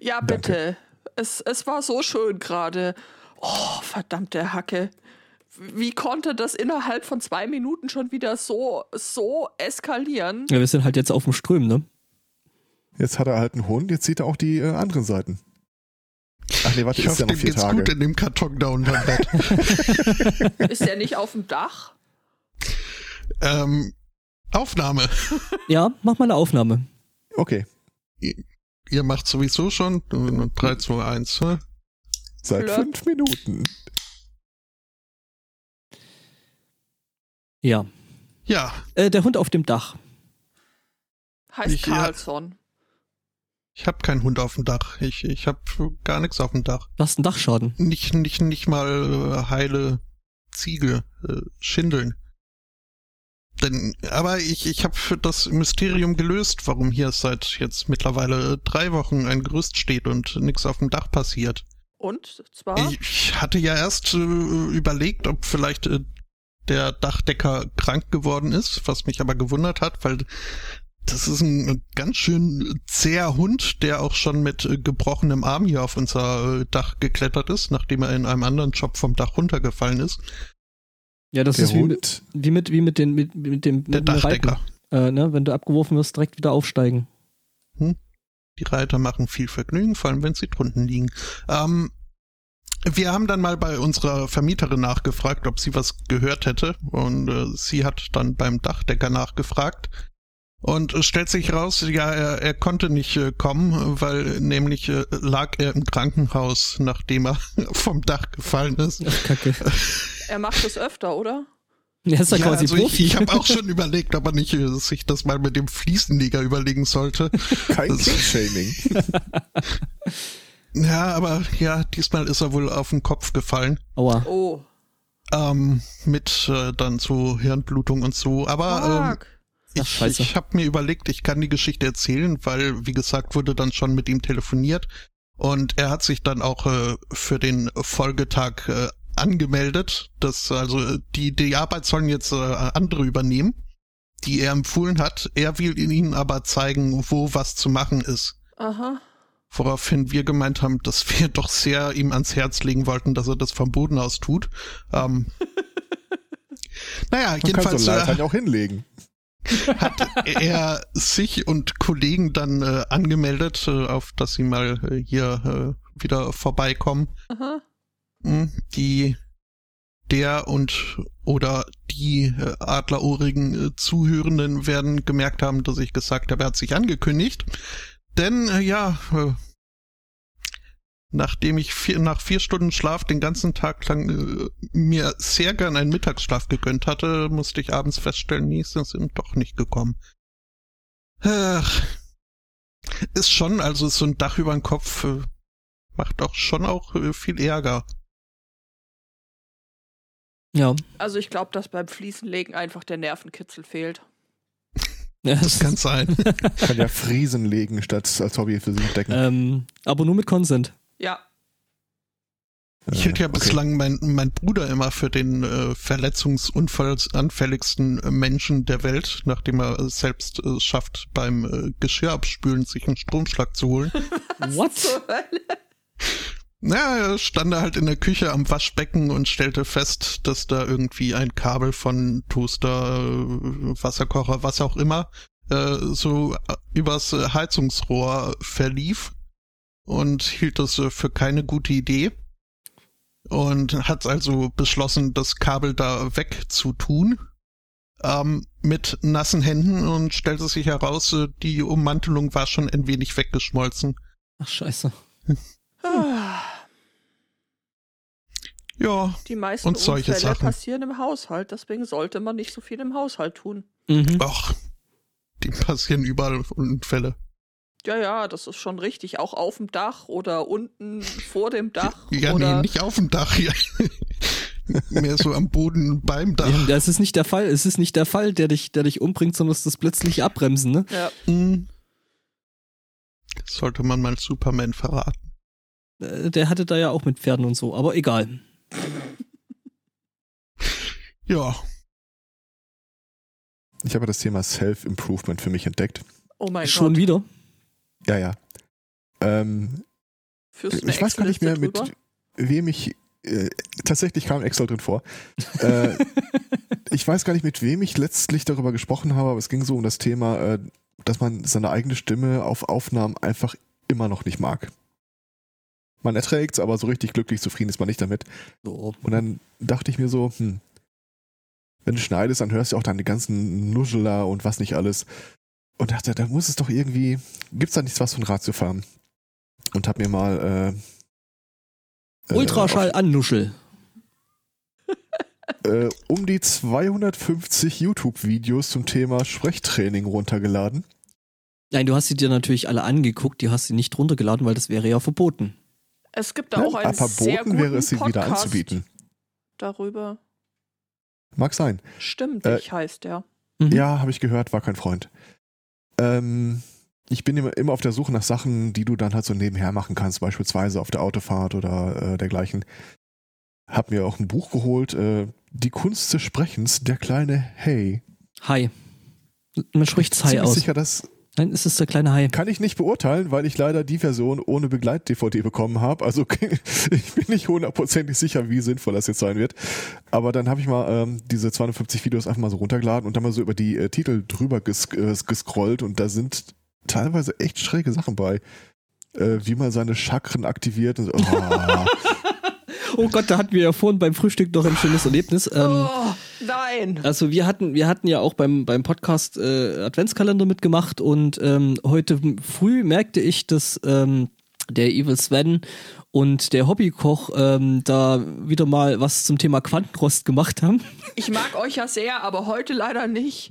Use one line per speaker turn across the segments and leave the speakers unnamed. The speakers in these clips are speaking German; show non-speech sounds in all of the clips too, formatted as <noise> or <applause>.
Ja, bitte. Es, es war so schön gerade. Oh, verdammte Hacke. Wie konnte das innerhalb von zwei Minuten schon wieder so, so
<laughs>
eskalieren?
Ja, wir sind halt jetzt auf dem Ström, ne?
Jetzt hat er halt einen Hund, jetzt sieht er auch die äh, anderen Seiten. Ach nee, warte,
Ich
ist
hoffe,
ja noch
dem
vier
geht's
Tage.
gut in dem Karton da unterm
<laughs>
Bett.
Ist der nicht auf dem Dach?
ähm, Aufnahme.
Ja, mach mal eine Aufnahme.
Okay,
Ihr macht sowieso schon. äh, 3, 2, 1. ne?
seit
Flirt.
fünf Minuten.
Ja.
Ja,
Äh, der Hund auf dem Dach.
Heißt
Ich- ja.
Carlson.
ich habe keinen Hund auf dem Dach. Ich, ich habe gar nichts auf dem Dach.
Du hast einen Dachschaden.
Nicht, nicht, nicht mal äh, heile Ziegel, äh, Schindeln. Denn, aber ich, ich habe das Mysterium gelöst, warum hier seit jetzt mittlerweile drei Wochen ein Gerüst steht und nichts auf dem Dach passiert.
Und zwar.
Ich- Ich hatte ja erst äh, überlegt, ob vielleicht äh, der Dachdecker krank geworden ist, was mich aber gewundert hat, weil das ist ein äh, ganz schön zäher Hund, der auch schon mit äh, gebrochenem Arm hier auf unser äh, Dach geklettert ist, nachdem er in einem anderen Job vom Dach runtergefallen ist.
Ja, das
Der
ist wie mit,
Hund.
wie mit, wie mit, den, mit, mit dem
Der
mit dem
Dachdecker.
Äh, ne? Wenn du abgeworfen wirst, direkt wieder aufsteigen.
Die Reiter machen viel Vergnügen, vor allem wenn sie drunten liegen. Ähm, wir haben dann mal bei unserer Vermieterin nachgefragt, ob sie was gehört hätte. Und äh, sie hat dann beim Dachdecker nachgefragt. Und es stellt sich raus, ja, er, er konnte nicht äh, kommen, weil nämlich äh, lag er im Krankenhaus, nachdem er <laughs> vom Dach gefallen ist.
Ach, Kacke.
Er macht das öfter, oder?
Der ist <laughs> ja quasi
also ich,
Profi.
ich habe
<laughs>
auch schon überlegt, ob er nicht äh, sich das mal mit dem Fliesenleger
<laughs>
überlegen sollte.
Kein
Das- <laughs>
King-Shaming.
Ja, aber ja, diesmal ist er wohl auf den Kopf gefallen.
Aua.
Oh.
Ähm, mit äh, dann so Hirnblutung und so.
Ah,
Aber ähm,
Mark.
Ach,
ich,
scheiße.
ich habe mir überlegt, ich kann die Geschichte erzählen, weil, wie gesagt, wurde dann schon mit ihm telefoniert. Und er hat sich dann auch äh, für den Folgetag äh, angemeldet. Das, also äh, die, die Arbeit sollen jetzt äh, andere übernehmen, die er empfohlen hat. Er will ihnen aber zeigen, wo was zu machen ist.
Aha.
Woraufhin wir gemeint haben, dass wir <laughs> doch sehr ihm ans Herz legen wollten, dass er das vom Boden aus tut. Ähm, naja,
Man kann
jedenfalls
so einen
äh,
Leitern auch hinlegen.
hat er sich und Kollegen dann äh, angemeldet, äh, auf dass sie mal äh, hier äh, wieder vorbeikommen.
Aha.
Hm, Die der und oder die äh, adlerohrigen äh, Zuhörenden werden gemerkt haben, dass ich gesagt habe, er hat sich angekündigt. Denn äh, ja, äh, nachdem ich vier, nach vier Stunden Schlaf den ganzen Tag lang äh, mir sehr gern einen Mittagsschlaf gegönnt hatte, musste ich abends feststellen, nee, sie sind doch nicht gekommen. Ach, ist schon, also so ein Dach über den Kopf äh, macht auch schon auch äh, viel Ärger.
Ja.
Also ich glaube, dass beim Fliesenlegen einfach der Nervenkitzel fehlt.
Das kann sein.
Kann <laughs> ja Friesen legen, statt als Hobby für sich
Äh,
decken.
ähm, aber nur mit <laughs> Consent.
<laughs>
Ja.
Ich hielt ja
Äh, okay.
bislang mein, mein Bruder immer für den äh, verletzungsunfallanfälligsten äh, Menschen der Welt, nachdem er es selbst äh, schafft, beim äh, Geschirr abspülen sich einen Stromschlag zu holen.
What?
Zur Hölle.
Na, stand er halt in der Küche am Waschbecken und stellte fest, dass da irgendwie ein Kabel von Toaster, äh, Wasserkocher, was auch immer, äh, so äh, übers äh, Heizungsrohr verlief und hielt das äh, für keine gute Idee und hat also beschlossen, das Kabel da wegzutun ähm, mit nassen Händen und stellte sich heraus, äh, die Ummantelung war schon ein wenig weggeschmolzen.
Ach, scheiße.
Ah,
Ja,
Die meisten
Und solche
Unfälle
Sachen.
passieren im Haushalt, deswegen sollte man nicht so viel im Haushalt tun.
Mhm.
Ach, die passieren überall Unfälle.
Ja, ja, das ist schon richtig. Auch auf dem Dach oder unten vor dem Dach.
Ja,
oder
nee, nicht auf dem Dach. Ja. <laughs> Mehr so am Boden beim
Ja,
Dach.
das ist nicht der Fall. Es ist nicht der Fall, der dich, der dich umbringt, sondern es ist das plötzliche Abbremsen, ne?
Ja.
Hm. Sollte man mal Superman verraten.
Äh, Der hatte da ja auch mit Pferden und so, aber egal.
Ja,
Ich habe das Thema Self-Improvement für mich entdeckt.
Oh mein
Schon
Gott.
wieder.
Ja, ja. Ähm,
für
Ich weiß gar nicht mehr, mit wem ich. Äh, tatsächlich kam Excel drin vor.
<laughs>
äh, ich weiß gar nicht, mit wem ich letztlich darüber gesprochen habe, aber es ging so um das Thema, äh, dass man seine eigene Stimme auf Aufnahmen einfach immer noch nicht mag. Man erträgt es, aber so richtig glücklich, zufrieden ist man nicht damit.
So.
Und dann dachte ich mir so, hm, wenn du schneidest, dann hörst du auch deine ganzen Nuscheler und was nicht alles. Und dachte, da muss es doch irgendwie, gibt's da nichts was von Rad zu fahren? Und hab mir mal äh, äh,
Ultraschall annuschel.
auf, äh, um die 250 YouTube-Videos zum Thema Sprechtraining runtergeladen.
Nein, du hast sie dir natürlich alle angeguckt, die hast sie nicht runtergeladen, weil das wäre ja verboten.
Es gibt da auch
Ne?
einen sehr
Aber verboten
guten
wäre es, sie
Podcast
wieder anzubieten.
darüber.
Mag sein.
Stimmt,
Äh,
ich heißt der.
Mhm.
Ja, habe ich gehört, war kein Freund. Ähm, ich bin immer, immer auf der Suche nach Sachen, die du dann halt so nebenher machen kannst, beispielsweise auf der Autofahrt oder äh, dergleichen. Hab mir auch ein Buch geholt, äh, Die Kunst des Sprechens, der kleine Hey.
Hi. Man spricht Hi
Ziemlich
aus.
sicher, das
Nein, es ist der kleine Hai.
kann ich nicht beurteilen, weil ich leider die Version ohne Begleit-DVD bekommen habe. Also <laughs> ich bin nicht hundertprozentig sicher, wie sinnvoll das jetzt sein wird. Aber dann habe ich mal ähm, diese 250 Videos einfach mal so runtergeladen und dann mal so über die äh, Titel drüber ges äh, gescrollt und da sind teilweise echt schräge Sachen bei. Äh, wie man seine Chakren aktiviert. Und so, oh,
Oh Gott, da hatten wir ja vorhin beim Frühstück noch ein schönes Erlebnis.
hm.
Ähm,
oh, nein!
also wir hatten, wir hatten ja auch beim, beim Podcast äh, Adventskalender mitgemacht und ähm, heute früh merkte ich, dass ähm, der Evil Sven und der Hobbykoch ähm, da wieder mal was zum Thema Quantenrost gemacht haben.
Ich mag euch ja sehr, aber heute leider nicht.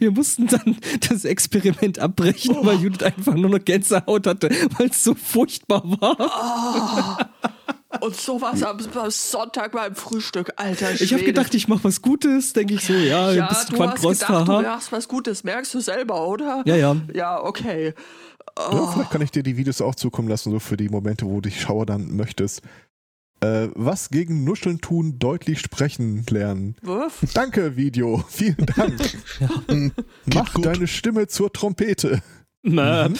Wir mussten dann das Experiment abbrechen,
Oh.
weil Judith einfach nur noch Gänsehaut hatte, weil es so furchtbar war.
Und sowas am am Sonntag beim Frühstück, alter Schwede.
Ich habe gedacht, ich mache was Gutes, denke ich so, ja,
ja,
ein
du
bisschen
hast
Quantenrost,
gedacht, du Mhm.
haha.
machst was Gutes, merkst du selber, oder?
Ja, ja.
Ja, okay.
ja, vielleicht kann ich dir die Videos auch zukommen lassen, so für die Momente, wo du dich schauerdern möchtest. Äh, was gegen Nuscheln tun, deutlich sprechen lernen.
Wuff.
Danke, Video. <laughs> Vielen Dank. <laughs>
Hm, geht
Mach
gut. Ah.
deine Stimme zur Trompete. Mhm.
Map.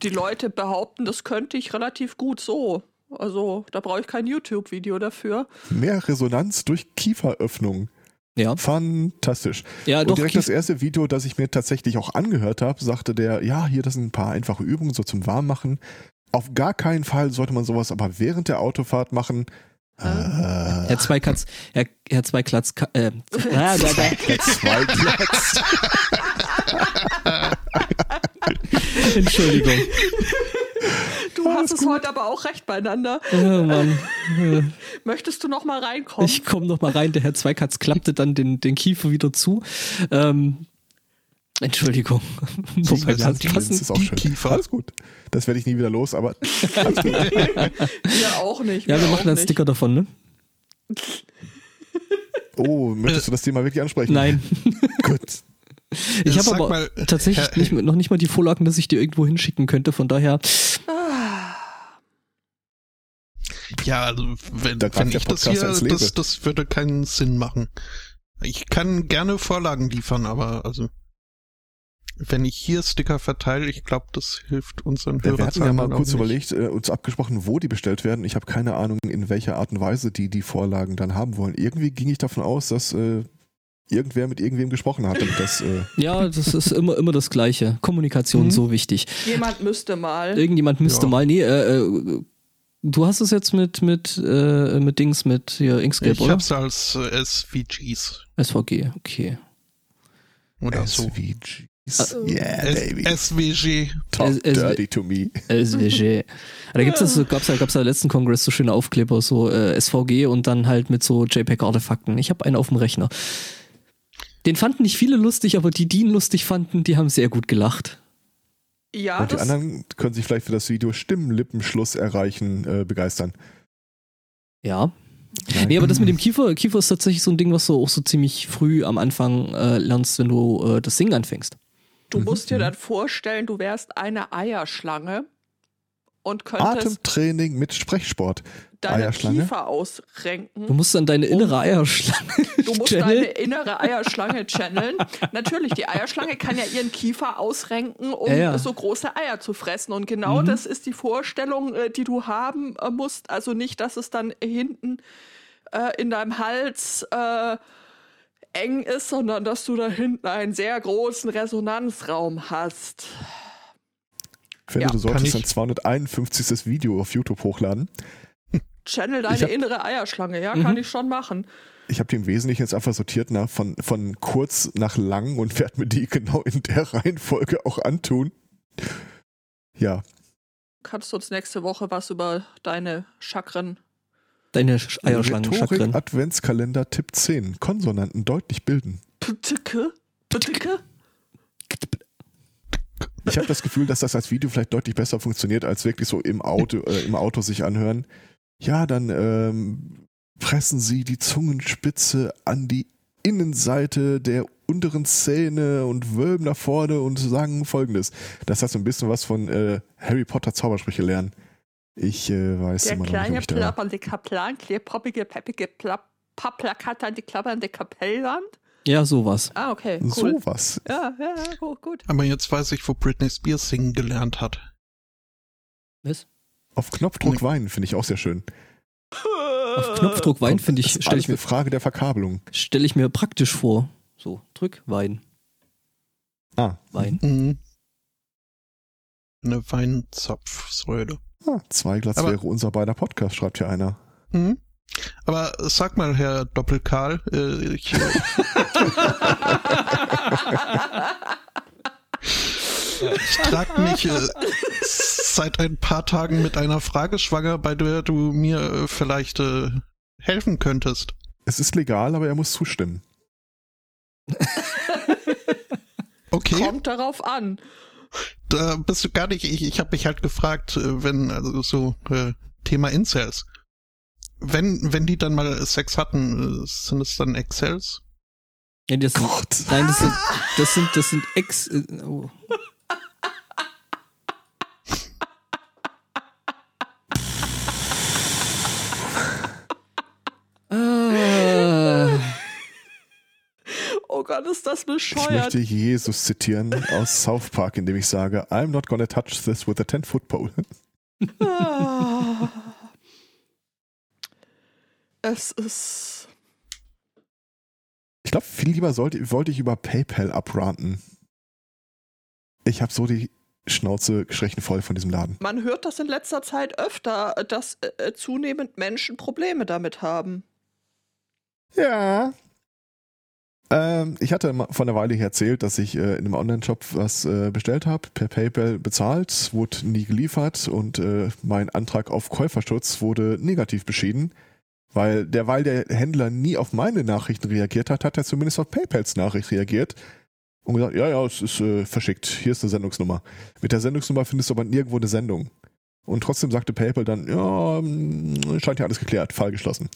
Die Leute behaupten, das könnte ich relativ gut so. Also, da brauche ich kein YouTube-Video dafür.
Mehr Resonanz durch Kieferöffnung.
Ja,
Fantastisch.
ja,
Ah,
Und
doch.
direkt das erste Video, das ich mir tatsächlich auch angehört habe, sagte der, ja, hier, das sind ein paar einfache Übungen, so zum Warmmachen. Auf gar keinen Fall sollte man sowas aber während der Autofahrt machen. Äh,
Herr Zweikatz, Herr, Herr Zweiklatz, ka-
<laughs>
äh, ah, da, da,
zwei Platz.
<laughs> Entschuldigung.
Du hast es heute aber auch recht beieinander.
Oh Mann.
Möchtest du noch mal reinkommen?
Ich komme noch mal rein, der Herr Zweikatz klappte dann den, den Kiefer wieder zu. Ähm, Entschuldigung.
<laughs>
Wobei,
das
was,
ist-
was
Das ist auch
die
schön.
Kiefer?
Alles gut. Das werde ich nie wieder los, aber
wir auch nicht.
ja, wir
auch
machen einen
nicht.
Sticker davon, ne?
oh, möchtest du das Thema wirklich ansprechen?
<laughs>
Nein.
Gut.
Ich habe
Sag
aber
mal,
tatsächlich
Herr-
nicht, mal- noch nicht mal die Vorlagen, dass ich dir irgendwo hinschicken könnte. Von daher,
Ah,
Ja, also wenn,
Da greift
wenn
der
ich das
Podcast
hier,
ans Leben.
das, das würde keinen Sinn machen. Ich kann gerne Vorlagen liefern, aber also wenn ich hier Sticker verteile, ich glaube, das hilft unseren
Ja,
Hörern.
wir hatten ja mal
auch
kurz
nicht.
überlegt, äh, uns abgesprochen, wo die bestellt werden. Ich habe keine Ahnung, in welcher Art und Weise die die Vorlagen dann haben wollen. Irgendwie ging ich davon aus, dass äh, irgendwer mit irgendwem gesprochen hat. Und das, äh,
ja, das ist immer, immer das Gleiche. Kommunikation
Mhm.
so wichtig.
Jemand müsste mal.
Irgendjemand müsste
Ja.
mal, nee, äh, äh, du hast es jetzt mit, mit, äh, mit Dings, mit hier Inkscape,
Ich
oder?
hab's als äh, SVGs
SVG, okay.
oder so.
SVGs.
Äh,
Yeah,
S-
baby.
SWG.
Talk
S- S-
dirty to me.
<laughs>
SVG. Aber eh da gibt's das, so- gab's ja, gab's ja im letzten Kongress so schöne Aufkleber, so äh, SVG und dann halt mit so JPEG-Artefakten. Ich habe einen auf dem Rechner. Den fanden nicht viele lustig, aber die, die ihn lustig fanden, die haben sehr gut gelacht.
Ja,
Und die
das,
anderen können sich vielleicht für das Video Stimmenlippenschluss erreichen, äh, begeistern.
Ja. Nee, aber das mit dem Kiefer, Kiefer ist tatsächlich so ein Ding, was du auch so ziemlich früh am Anfang äh, lernst, wenn du äh, das Singen anfängst.
du musst dir
Mhm.
dann vorstellen, du wärst eine Eierschlange und könntest
Atemtraining mit Sprechsport.
deine
Eierschlange?
Kiefer ausrenken.
Du musst dann deine innere Eierschlange
Oh. Du musst deine
channeln.
innere Eierschlange channeln. Natürlich, die Eierschlange kann ja ihren Kiefer ausrenken, um
Ja, ja. Mhm.
so große Eier zu fressen. Und genau das ist die Vorstellung, äh, die du haben äh, musst. Also nicht, dass es dann hinten äh, in deinem Hals äh, eng ist, sondern dass du da hinten einen sehr großen Resonanzraum hast.
Finde,
Ja.
du
Kann
solltest
ich-
ein 251. Video auf YouTube hochladen.
Channel deine
hab-
innere Eierschlange, ja,
Mhm.
kann ich schon machen.
Ich habe die im Wesentlichen jetzt einfach sortiert nach, von, von kurz nach lang und werde mir die genau in der <laughs> Reihenfolge auch antun. Ja,
Kannst du uns nächste Woche was über deine Chakren
Deine Sch- Eierschlangen, Chakren.
Adventskalender Tipp 10. Konsonanten deutlich bilden.
Ptke, Ptke?
Ich habe das Gefühl, dass das als Video vielleicht deutlich besser funktioniert, als wirklich so im Auto, äh, im Auto sich anhören. Ja, dann ähm, pressen Sie die Zungenspitze an die Innenseite der unteren Zähne und wölben nach vorne und sagen folgendes. Das hat so ein bisschen was von äh, Harry Potter Zaubersprüche lernen. Ich äh, weiß
Der
immer noch nicht, ob
kleine
ich da...
plappernde Kaplan, der poppige, peppige Plapp- Paplakaternde, klappernde Kapellwand.
Ja, sowas.
Ah, okay, cool.
Sowas.
Ja, ja, ja, gut, gut.
Aber jetzt weiß ich, wo Britney Spears singen gelernt hat.
Was?
Auf Knopfdruck weinen finde ich auch sehr schön.
Auf Knopfdruck Wein
Oh,
finde ich,
Das
stelle
alles
ich,
eine
mir-
Frage der Verkabelung.
stell ich mir praktisch vor. So, drück, Wein,
Ah,
Wein.
Mhm. Eine Weinzapfsäule.
ah zwei Glatz
Aber-
wäre unser beider Podcast, schreibt hier einer.
Mhm. Aber sag mal, Herr Doppelkarl, äh, ich, äh, ich trag mich äh, seit ein paar Tagen mit einer Frage schwanger, bei der du mir äh, vielleicht äh, helfen könntest.
Es ist legal, aber er muss zustimmen.
Okay,
Kommt darauf an.
da bist du gar nicht. Ich, ich habe mich halt gefragt, äh, wenn also so äh, Thema Incels. Wenn wenn die dann mal Sex hatten, äh, sind es dann Excels?
Nein, das sind, nein, das sind, das sind, das sind Ex. äh, Oh.
<laughs>
Ah.
Oh Gott, ist das
Äh. Ich
bescheuert.
möchte Jesus zitieren aus South Park, indem ich sage, I'm not gonna touch this with a 10-foot pole.
Ah. es ist.
Ich glaube, viel lieber sollte, wollte ich über PayPal abranten. Ich habe so die Schnauze geschrechen voll von diesem Laden.
Man hört das in letzter Zeit öfter, dass äh, zunehmend Menschen Probleme damit haben.
Ja. Ähm, ich hatte mal vor einer Weile hier erzählt, dass ich äh, in einem Online-Shop was äh, bestellt habe, per PayPal bezahlt, wurde nie geliefert und äh, mein Antrag auf Käuferschutz wurde negativ beschieden, weil derweil der Händler nie auf meine Nachrichten reagiert hat, hat er zumindest auf PayPals Nachricht reagiert und gesagt, ja, ja, es ist äh, verschickt, hier ist eine Sendungsnummer. Mit der Sendungsnummer findest du aber nirgendwo eine Sendung. Und trotzdem sagte PayPal dann, ja, mm, scheint ja alles geklärt, Fall geschlossen.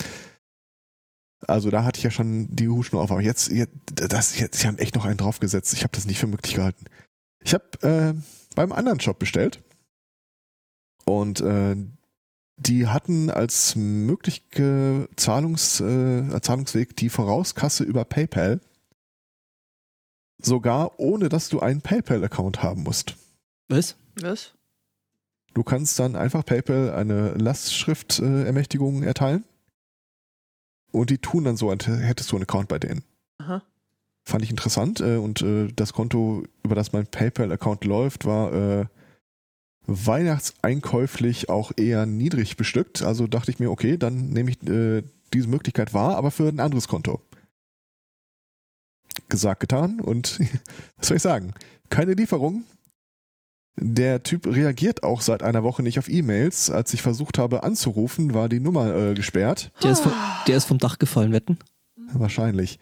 Also da hatte ich ja schon die Hutschnur auf, aber jetzt, jetzt, das, jetzt, sie haben echt noch einen draufgesetzt. Ich habe das nicht für möglich gehalten. Ich habe äh, beim anderen Shop bestellt und äh, die hatten als mögliche Zahlungs, äh, als Zahlungsweg die Vorauskasse über PayPal, sogar ohne dass du einen PayPal-Account haben musst.
Was?
Was?
Du kannst dann einfach PayPal eine Lastschriftermächtigung äh, Ermächtigung erteilen. Und die tun dann so, als hättest du einen Account bei denen.
Aha.
Fand ich interessant. Äh, und äh, das Konto, über das mein PayPal-Account läuft, war äh, weihnachtseinkäuflich auch eher niedrig bestückt. Also dachte ich mir, okay, dann nehme ich äh, diese Möglichkeit wahr, aber für ein anderes Konto. Gesagt, getan. Und <laughs> was soll ich sagen? Keine Lieferung, der Typ reagiert auch seit einer Woche nicht auf E-Mails. Als ich versucht habe anzurufen, war die Nummer äh, gesperrt.
Der
<laughs>
ist, vom, der ist vom Dach gefallen, wetten?
Wahrscheinlich.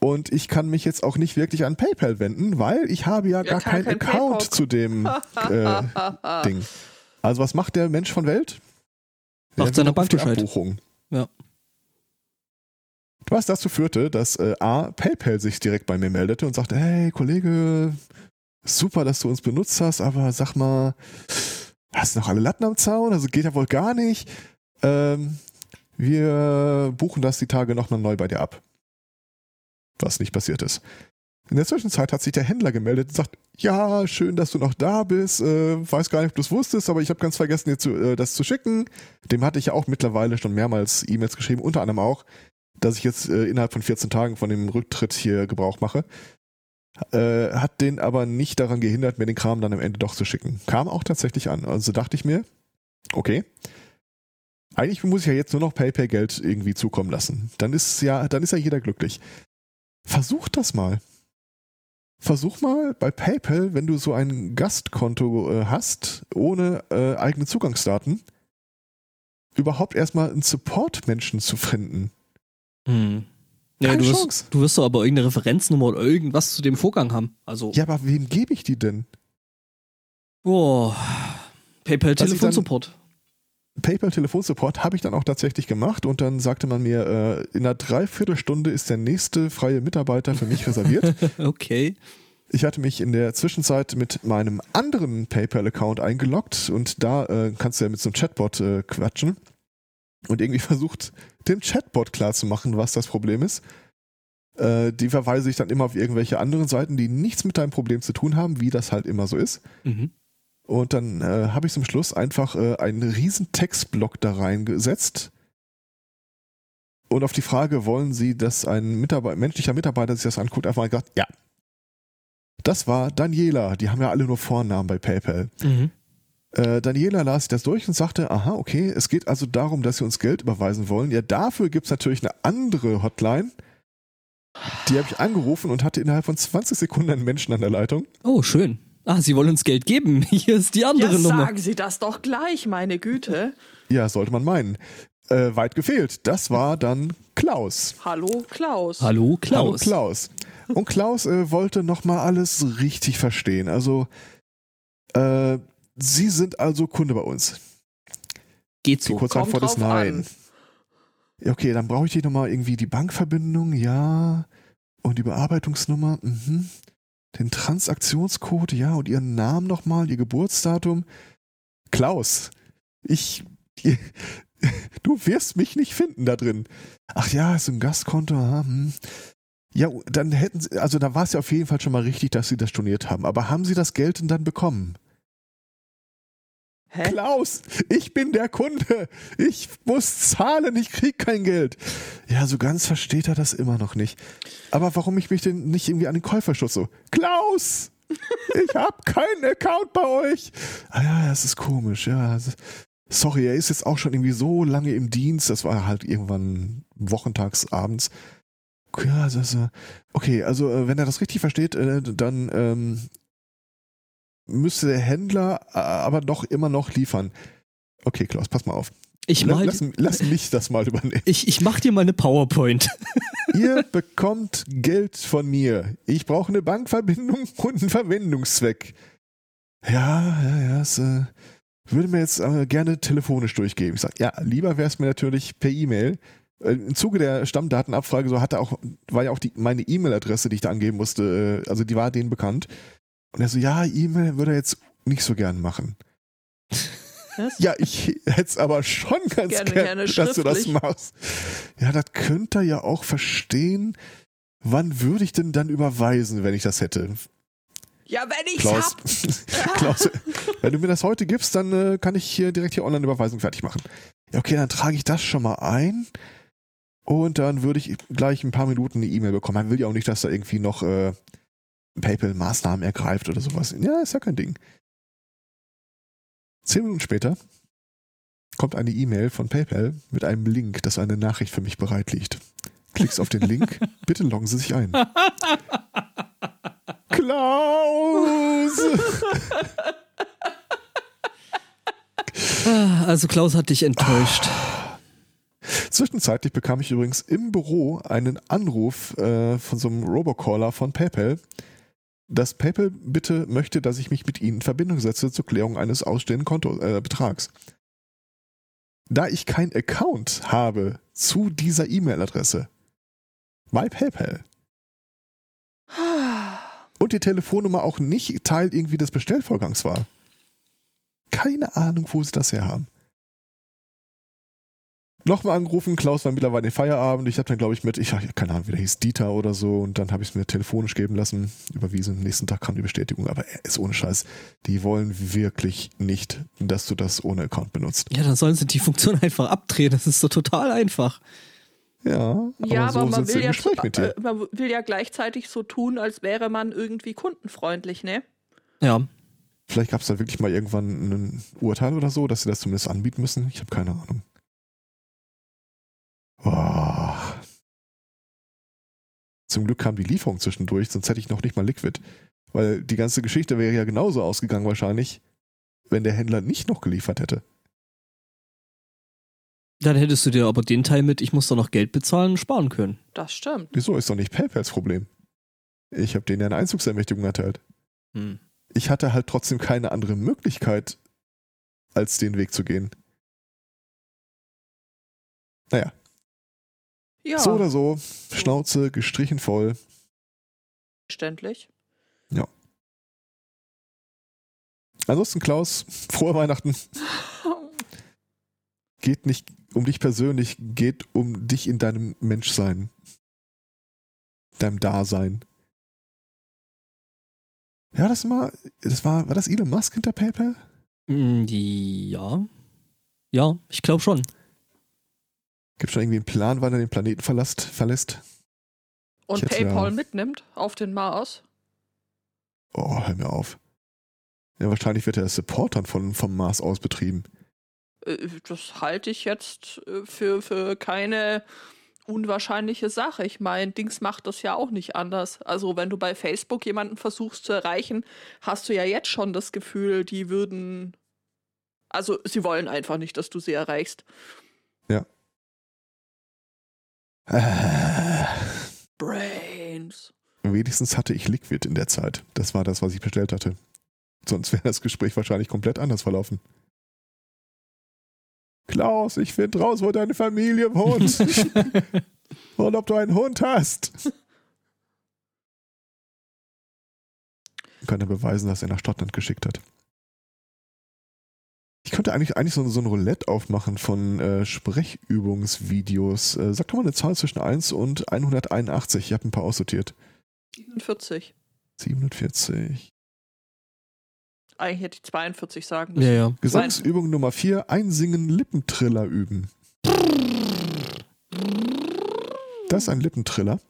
Und ich kann mich jetzt auch nicht wirklich an PayPal wenden, weil ich habe ja,
Ja,
gar
kein-
keinen
kein
Account
PayPal. <laughs>
zu dem äh, Ding. Also was macht der Mensch von Welt?
Macht
Der
seiner
widerruft
Bank
die
Bescheid.
Abbuchung.
Ja.
Was dazu führte, dass äh, A, PayPal sich direkt bei mir meldete und sagte, hey Kollege, super, dass du uns benutzt hast, aber sag mal, hast du noch alle Latten am Zaun? Also geht ja wohl gar nicht. Ähm, wir buchen das die Tage nochmal neu bei dir ab. Was nicht passiert ist. In der Zwischenzeit hat sich der Händler gemeldet und sagt, ja, schön, dass du noch da bist. Äh, weiß gar nicht, ob du es wusstest, aber ich habe ganz vergessen, dir zu, äh, das zu schicken. Dem hatte ich ja auch mittlerweile schon mehrmals E-Mails geschrieben, unter anderem auch, dass ich jetzt äh, innerhalb von 14 Tagen von dem Rücktritt hier Gebrauch mache. Äh, hat den aber nicht daran gehindert, mir den Kram dann am Ende doch zu schicken. Kam auch tatsächlich an. Also dachte ich mir, okay. Eigentlich muss ich ja jetzt nur noch PayPal-Geld irgendwie zukommen lassen. Dann ist ja, dann ist ja jeder glücklich. Versuch das mal. Versuch mal bei PayPal, wenn du so ein Gastkonto äh, hast, ohne äh, eigene Zugangsdaten, überhaupt erstmal einen Support-Menschen zu finden.
Hm. Ja,
Keine
du,
Chance.
wirst, du wirst doch aber irgendeine Referenznummer oder irgendwas zu dem Vorgang haben. Also,
Ja, aber wem gebe ich die denn?
boah. PayPal
Dass ich dann-
Telefonsupport. <laughs>
PayPal-Telefonsupport habe ich dann auch tatsächlich gemacht und dann sagte man mir, äh, in einer Dreiviertelstunde ist der nächste freie Mitarbeiter für mich reserviert.
Okay.
Ich hatte mich in der Zwischenzeit mit meinem anderen PayPal-Account eingeloggt und da äh, kannst du ja mit so einem Chatbot äh, quatschen und irgendwie versucht, dem Chatbot klarzumachen, was das Problem ist. Äh, die verweise ich dann immer auf irgendwelche anderen Seiten, die nichts mit deinem Problem zu tun haben, wie das halt immer so ist.
Mhm.
Und dann äh, habe ich zum Schluss einfach äh, einen riesen Textblock da reingesetzt. Und auf die Frage, wollen Sie, dass ein Mitarbeiter, menschlicher Mitarbeiter sich das anguckt, einfach mal gesagt, ja. Das war Daniela. Die haben ja alle nur Vornamen bei PayPal.
Mhm.
Äh, Daniela las sich das durch und sagte, aha, okay, es geht also darum, dass sie uns Geld überweisen wollen. Ja, dafür gibt es natürlich eine andere Hotline. Die habe ich angerufen und hatte innerhalb von 20 Sekunden einen Menschen an der Leitung.
Oh, schön. Ah, sie wollen uns Geld geben. <laughs> Hier ist die andere
Ja,
Nummer.
sagen Sie das doch gleich, meine Güte.
Ja, sollte man meinen. Äh, weit gefehlt. Das war dann Klaus.
Hallo, Klaus.
Hallo, Klaus.
Hallo Klaus. Und Klaus äh, wollte nochmal alles richtig verstehen. Also, äh, Sie sind also Kunde bei uns.
Geht
Die
so.
kurze
kommt
Antwort ist
drauf
nein.
an.
Ja, Okay, dann brauche ich dich nochmal irgendwie die Bankverbindung, ja. Und die Bearbeitungsnummer, mhm. Den Transaktionscode, ja. Und Ihren Namen nochmal, Ihr Geburtsdatum. Klaus, ich. <laughs> Du wirst mich nicht finden da drin. Ach ja, ist ein Gastkonto, aha, hm. Ja, dann hätten sie, also da war es ja auf jeden Fall schon mal richtig, dass sie das storniert haben. Aber haben sie das Geld denn dann bekommen?
Hä?
Klaus, ich bin der Kunde. Ich muss zahlen, ich krieg kein Geld. Ja, so ganz versteht er das immer noch nicht. Aber warum ich mich denn nicht irgendwie an den Käuferschutz so? Klaus! Ich hab keinen Account bei euch. Ah ja, das ist komisch, ja. Das ist, sorry, er ist jetzt auch schon irgendwie so lange im Dienst. Das war halt irgendwann wochentags abends. Ja, das, ist, äh, okay, also äh, wenn er das richtig versteht, äh, dann ähm, müsste der Händler äh, aber doch immer noch liefern. Okay, Klaus, pass mal auf.
Ich
Lass,
mal,
lass, lass mich das mal übernehmen.
<laughs> ich, ich mach dir mal eine PowerPoint. <laughs>
Ihr bekommt Geld von mir. Ich brauche eine Bankverbindung und einen Verwendungszweck. Ja, ja, ja, es äh, würde mir jetzt äh, gerne telefonisch durchgeben. Ich sage, ja, lieber wäre es mir natürlich per E-Mail. Äh, Im Zuge der Stammdatenabfrage so hatte auch, war ja auch die, meine E-Mail-Adresse, die ich da angeben musste, äh, also die war denen bekannt. Und er so, ja, E-Mail würde er jetzt nicht so gern machen.
Was?
Ja, ich hätte es aber schon ganz
Gerne, gerne
gerne, dass du das
schriftlich.
machst. Ja, das könnte er ja auch verstehen. Wann würde ich denn dann überweisen, wenn ich das hätte?
Ja, wenn ich's
Klaus,
hab.
<laughs> Klaus wenn du mir das heute gibst, dann äh, kann ich hier direkt die Online-Überweisung fertig machen. Ja, okay, dann trage ich das schon mal ein. Und dann würde ich gleich ein paar Minuten eine E-Mail bekommen. Man will ja auch nicht, dass da irgendwie noch äh, PayPal Maßnahmen ergreift oder sowas. Ja, ist ja kein Ding. Zehn Minuten später kommt eine E-Mail von PayPal mit einem Link, dass eine Nachricht für mich bereit liegt. Klickst auf den Link, bitte loggen Sie sich ein. Klaus!
Ah, Also Klaus hat dich enttäuscht.
Zwischenzeitlich bekam ich übrigens im Büro einen Anruf äh, von so einem Robocaller von PayPal, dass PayPal bitte möchte, dass ich mich mit ihnen in Verbindung setze zur Klärung eines ausstehenden Konto, äh, Betrags. Da ich keinen Account habe zu dieser E-Mail-Adresse bei PayPal
Ah.
und die Telefonnummer auch nicht Teil irgendwie des Bestellvorgangs war, keine Ahnung, wo sie das her haben. Nochmal angerufen, Klaus war mittlerweile in Feierabend. Ich habe dann, glaube ich, mit, ich habe keine Ahnung, wie der hieß, Dieter oder so, und dann habe ich es mir telefonisch geben lassen, überwiesen. Nächsten Tag kam die Bestätigung, aber er ist ohne Scheiß. Die wollen wirklich nicht, dass du das ohne Account benutzt.
Ja, dann sollen sie die Funktion einfach abdrehen. Das ist so total einfach.
Ja, aber,
ja,
so
aber man,
sind sie
will
im
ja,
Gespräch mit dir.
äh, man will ja gleichzeitig so tun, als wäre man irgendwie kundenfreundlich, ne?
Ja.
Vielleicht gab es da wirklich mal irgendwann ein Urteil oder so, dass sie das zumindest anbieten müssen. Ich habe keine Ahnung. Boah. Oh. Zum Glück kam die Lieferung zwischendurch, sonst hätte ich noch nicht mal Liquid. Weil die ganze Geschichte wäre ja genauso ausgegangen wahrscheinlich, wenn der Händler nicht noch geliefert hätte.
Dann hättest du dir aber den Teil mit, ich muss da noch Geld bezahlen, sparen können.
Das stimmt.
Wieso ist doch nicht PayPals Problem? Ich habe denen ja eine Einzugsermächtigung erteilt.
Hm.
Ich hatte halt trotzdem keine andere Möglichkeit, als den Weg zu gehen.
Ja,
So oder so, Schnauze gestrichen voll.
verständlich.
Ansonsten, Klaus, frohe Weihnachten. Geht nicht um dich persönlich, geht um dich in deinem Menschsein. Deinem Dasein. Ja, das war, das war, war das Elon Musk hinter PayPal?
Hm, die- Ja. Ja, ich glaube schon.
Gibt schon irgendwie einen Plan, wann er den Planeten verlässt? verlässt?
Und
Ich hätte ja-
PayPal mitnimmt auf den Mars.
Oh, hör mir auf. Ja, wahrscheinlich wird er als Support dann von, vom Mars aus betrieben.
Äh, Das halte ich jetzt äh, für, für keine unwahrscheinliche Sache. Ich meine, Dings macht das ja auch nicht anders. Also wenn du bei Facebook jemanden versuchst zu erreichen, hast du ja jetzt schon das Gefühl, die würden... Also sie wollen einfach nicht, dass du sie erreichst.
Äh,
Brains.
wenigstens hatte ich Liquid in der Zeit. Das war das, was ich bestellt hatte. Sonst wäre das Gespräch wahrscheinlich komplett anders verlaufen. Klaus, ich finde raus, wo deine Familie wohnt und ob du einen Hund hast. Ich könnte beweisen, dass er nach Schottland geschickt hat. Ich könnte eigentlich, eigentlich so, so ein Roulette aufmachen von äh, Sprechübungsvideos. Äh, sag doch mal eine Zahl zwischen 1 und 181. Ich habe ein paar aussortiert.
47.
47.
Eigentlich hätte ich 42 sagen
ja,
müssen.
ja.
Gesangsübung Nummer 4, Einsingen Lippentriller üben. Das ist ein Lippentriller.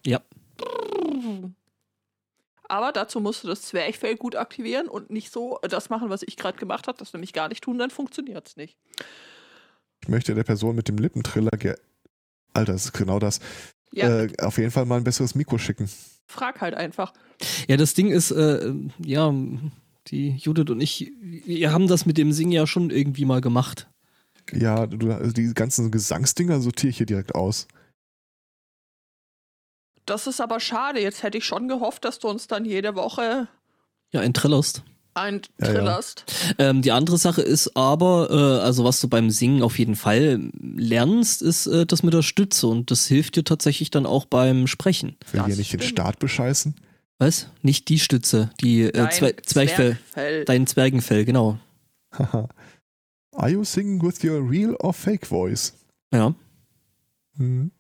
Aber dazu musst du das Zwerchfell gut aktivieren und nicht so das machen, was ich gerade gemacht habe, das nämlich gar nicht tun, dann funktioniert es nicht.
Ich möchte der Person mit dem Lippentriller ge Alter, das ist genau das.
Ja,
Äh, auf jeden Fall mal ein besseres Mikro schicken.
frag halt einfach.
Ja, das Ding ist, äh, ja, die Judith und ich, wir haben das mit dem Singen ja schon irgendwie mal gemacht.
Ja, du, also die ganzen Gesangsdinger sortiere ich hier direkt aus.
Das ist aber schade. Jetzt hätte ich schon gehofft, dass du uns dann jede Woche
Ja, ein Trillerst.
ein
Ja, ja.
Trillerst.
Ähm, die andere Sache ist aber, äh, also was du beim Singen auf jeden Fall lernst, ist äh, das mit der Stütze und das hilft dir tatsächlich dann auch beim Sprechen.
Ich will
Das
hier nicht den
stimmt.
Staat bescheißen. <laughs>
Was? Nicht die Stütze, die äh,
Dein
Zwer Zwerchfell,
Zwergfell.
dein Zwergenfell, genau.
Haha. Are you singing with your real or fake voice?
Ja.
Hm.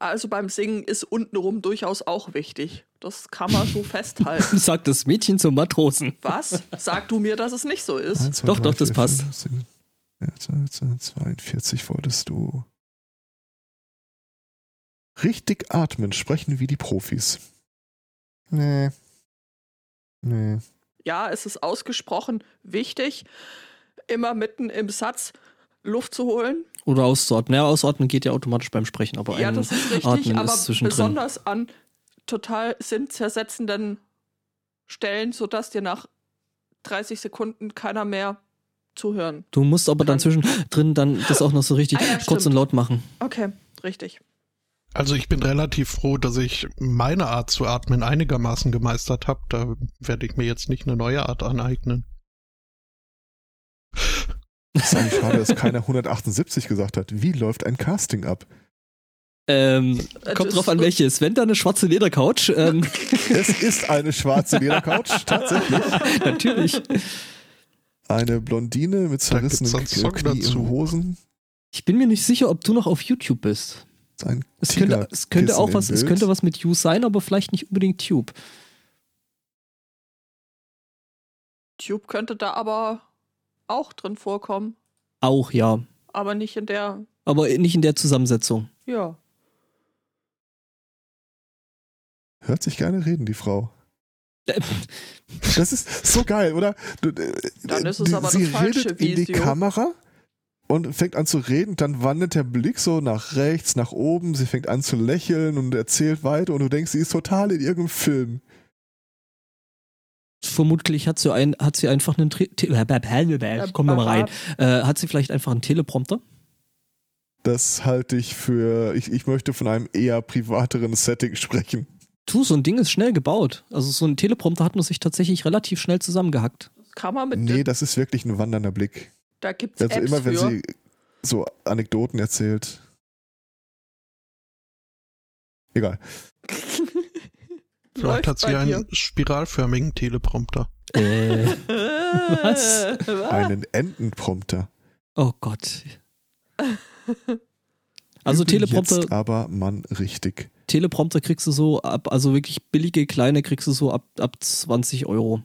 Also beim Singen ist untenrum durchaus auch wichtig. Das kann man
<laughs>
so festhalten.
<laughs> Sagt das Mädchen zum Matrosen.
Was? Sag du mir, dass es nicht so ist.
Eins, zwei,
Doch,
drei,
doch, das
vier,
passt.
fünf, sechs, sieben, acht, neun, 42 wolltest du. Richtig atmen, sprechen wie die Profis. Nee. Nee.
ja, es ist ausgesprochen wichtig, immer mitten im Satz Luft zu holen.
Oder auszuatmen. Ja, ausatmen geht ja automatisch beim Sprechen, aber
ja,
ein
das ist richtig,
Atmen
aber
ist zwischendrin.
besonders an total sinnzersetzenden Stellen, sodass dir nach 30 Sekunden keiner mehr zuhören.
Du musst aber dann
Kann-
zwischendrin dann das auch noch so richtig
Ah ja,
kurz
stimmt.
und laut machen.
Okay, richtig.
Also ich bin relativ froh, dass ich meine Art zu atmen einigermaßen gemeistert habe. Da werde ich mir jetzt nicht eine neue Art aneignen.
Ist eigentlich schade, dass keiner 178 gesagt hat. Wie läuft ein Casting ab?
Ähm,
Äh,
kommt
das-
drauf an, welches. Wenn da eine schwarze Ledercouch, ähm, <laughs>
<laughs>
Es ist eine schwarze Ledercouch, tatsächlich.
natürlich.
Eine Blondine mit
Da gibt's
zerrissenen
einen Song
Knie
dazu.
und Hosen.
Ich bin mir nicht sicher, ob du noch auf YouTube bist.
Ein
Es könnte, es könnte
Tigerkissen
auch was,
im
es
Bild.
könnte was mit You sein, aber vielleicht nicht unbedingt Tube.
Tube könnte da aber auch drin vorkommen,
Auch ja,
aber nicht in der,
aber nicht in der Zusammensetzung.
ja.
Hört sich gerne reden, die Frau.
Äh,
Das ist so geil, oder? Du, äh,
Dann ist es
die-
aber das
sie
falsche
redet in die
Video.
Kamera und fängt an zu reden, dann wandert der Blick so nach rechts, nach oben, sie fängt an zu lächeln und erzählt weiter und du denkst, sie ist total in irgendeinem Film.
Vermutlich hat sie, ein, hat sie einfach einen. Tri- Te- Ich komm da mal rein. Äh, hat sie vielleicht einfach einen Teleprompter?
Das halte ich für, ich, ich möchte von einem eher privateren Setting sprechen.
Du, so ein Ding ist schnell gebaut. Also so ein Teleprompter hat man sich tatsächlich relativ schnell zusammengehackt.
Kann man mit,
Nee, das ist wirklich ein wandernder Blick.
da gibt's
Also
Apps
immer, wenn
für. <laughs>
sie so Anekdoten erzählt. Egal.
Läuft
Vielleicht hat sie
bei
einen spiralförmigen Teleprompter.
Äh.
dir. <laughs> Was?
Einen Entenprompter.
Oh Gott. Also
Übe
Teleprompter,
Jetzt aber Mann richtig.
Teleprompter kriegst du so ab, also wirklich billige kleine kriegst du so ab, ab 20 Euro.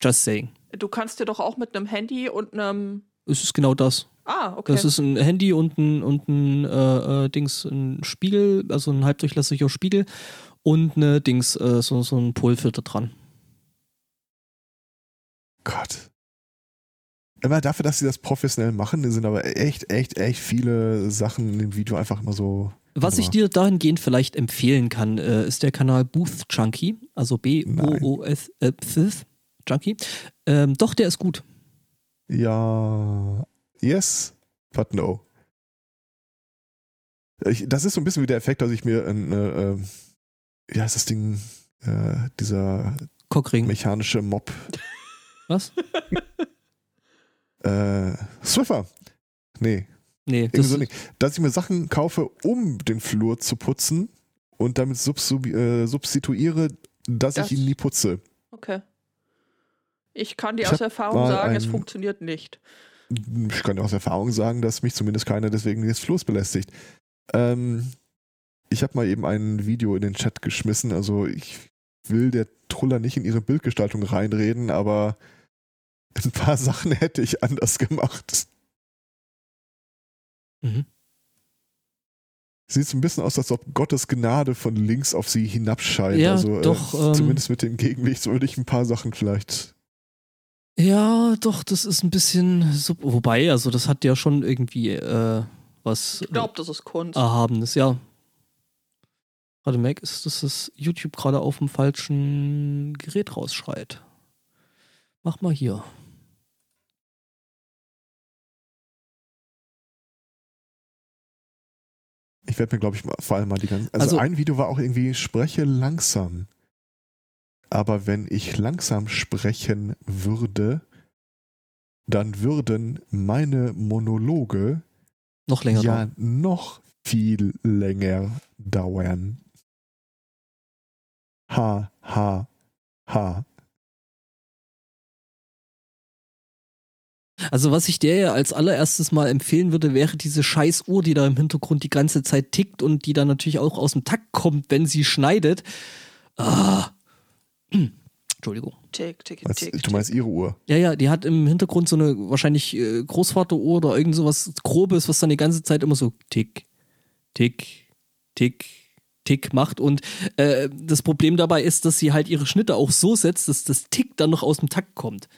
Just saying.
Du kannst dir doch auch mit einem Handy und einem
Es ist genau das.
Ah, okay.
Das ist ein Handy und ein, und ein äh, äh, Dings, ein Spiegel, also ein halbdurchlässiger Spiegel und eine Dings, äh, so, so ein Polfilter dran.
Gott. Immer dafür, dass sie das professionell machen, sind aber echt, echt, echt viele Sachen in dem Video einfach immer so.
Was ich
Wunderbar.
dir dahingehend vielleicht empfehlen kann, äh, ist der Kanal Booth Junkie, also
Nein.
B-O-O-S, äh, Pfiff Junkie. Ähm, doch, der ist gut.
Ja. Yes, but no. Ich, das ist so ein bisschen wie der Effekt, dass ich mir ein, äh, äh, wie heißt das Ding, äh, dieser
Cockring.
mechanische Mob,
Was?
äh, Swiffer. Nee,
Nee,
Irgendwie
das,
so nicht. Dass ich mir Sachen kaufe, um den Flur zu putzen und damit subsu- äh, substituiere, dass
Das-
ich ihn nie putze.
okay. Ich kann dir
Ich
aus
hab
Erfahrung
mal
sagen, es
einen-
funktioniert nicht.
Ich kann aus Erfahrung sagen, dass mich zumindest keiner deswegen des Flurs belästigt. Ähm, ich habe mal eben ein Video in den Chat geschmissen, also ich will der Truller nicht in ihre Bildgestaltung reinreden, aber <laughs> ein paar Sachen hätte ich anders gemacht.
Mhm.
Sieht so ein bisschen aus, als ob Gottes Gnade von links auf sie hinabscheint.
Ja,
also
doch,
äh,
ähm,
zumindest mit dem Gegenlicht würde ich ein paar Sachen vielleicht.
Ja, doch, das ist ein bisschen. sub- Wobei, also das hat ja schon irgendwie äh, was
Ich glaube, das ist Kunst.
ah.
Erhabenes, ja. Gerade merk ist, dass das YouTube gerade auf dem falschen Gerät rausschreit. Mach mal hier.
Ich werde mir, glaube ich, mal, vor allem mal die ganzen. Also,
Also-
ein Video war auch irgendwie, spreche langsam. Aber wenn ich langsam sprechen würde, dann würden meine Monologe
Noch länger
ja
dauern.
noch viel länger dauern. Ha, ha, ha.
Also was ich dir ja als allererstes mal empfehlen würde, wäre diese scheiß Uhr, die da im Hintergrund die ganze Zeit tickt und die dann natürlich auch aus dem Takt kommt, wenn sie schneidet. Ah. <clears throat> Entschuldigung.
Tick, tick,
Was,
tick.
Also, du meinst ihre Uhr?
Ja, ja, die hat im Hintergrund so eine wahrscheinlich äh, Großvateruhr oder irgend sowas Grobes, was dann die ganze Zeit immer so tick, tick, tick, tick macht. Und äh, das Problem dabei ist, dass sie halt ihre Schnitte auch so setzt, dass das Tick dann noch aus dem Takt kommt.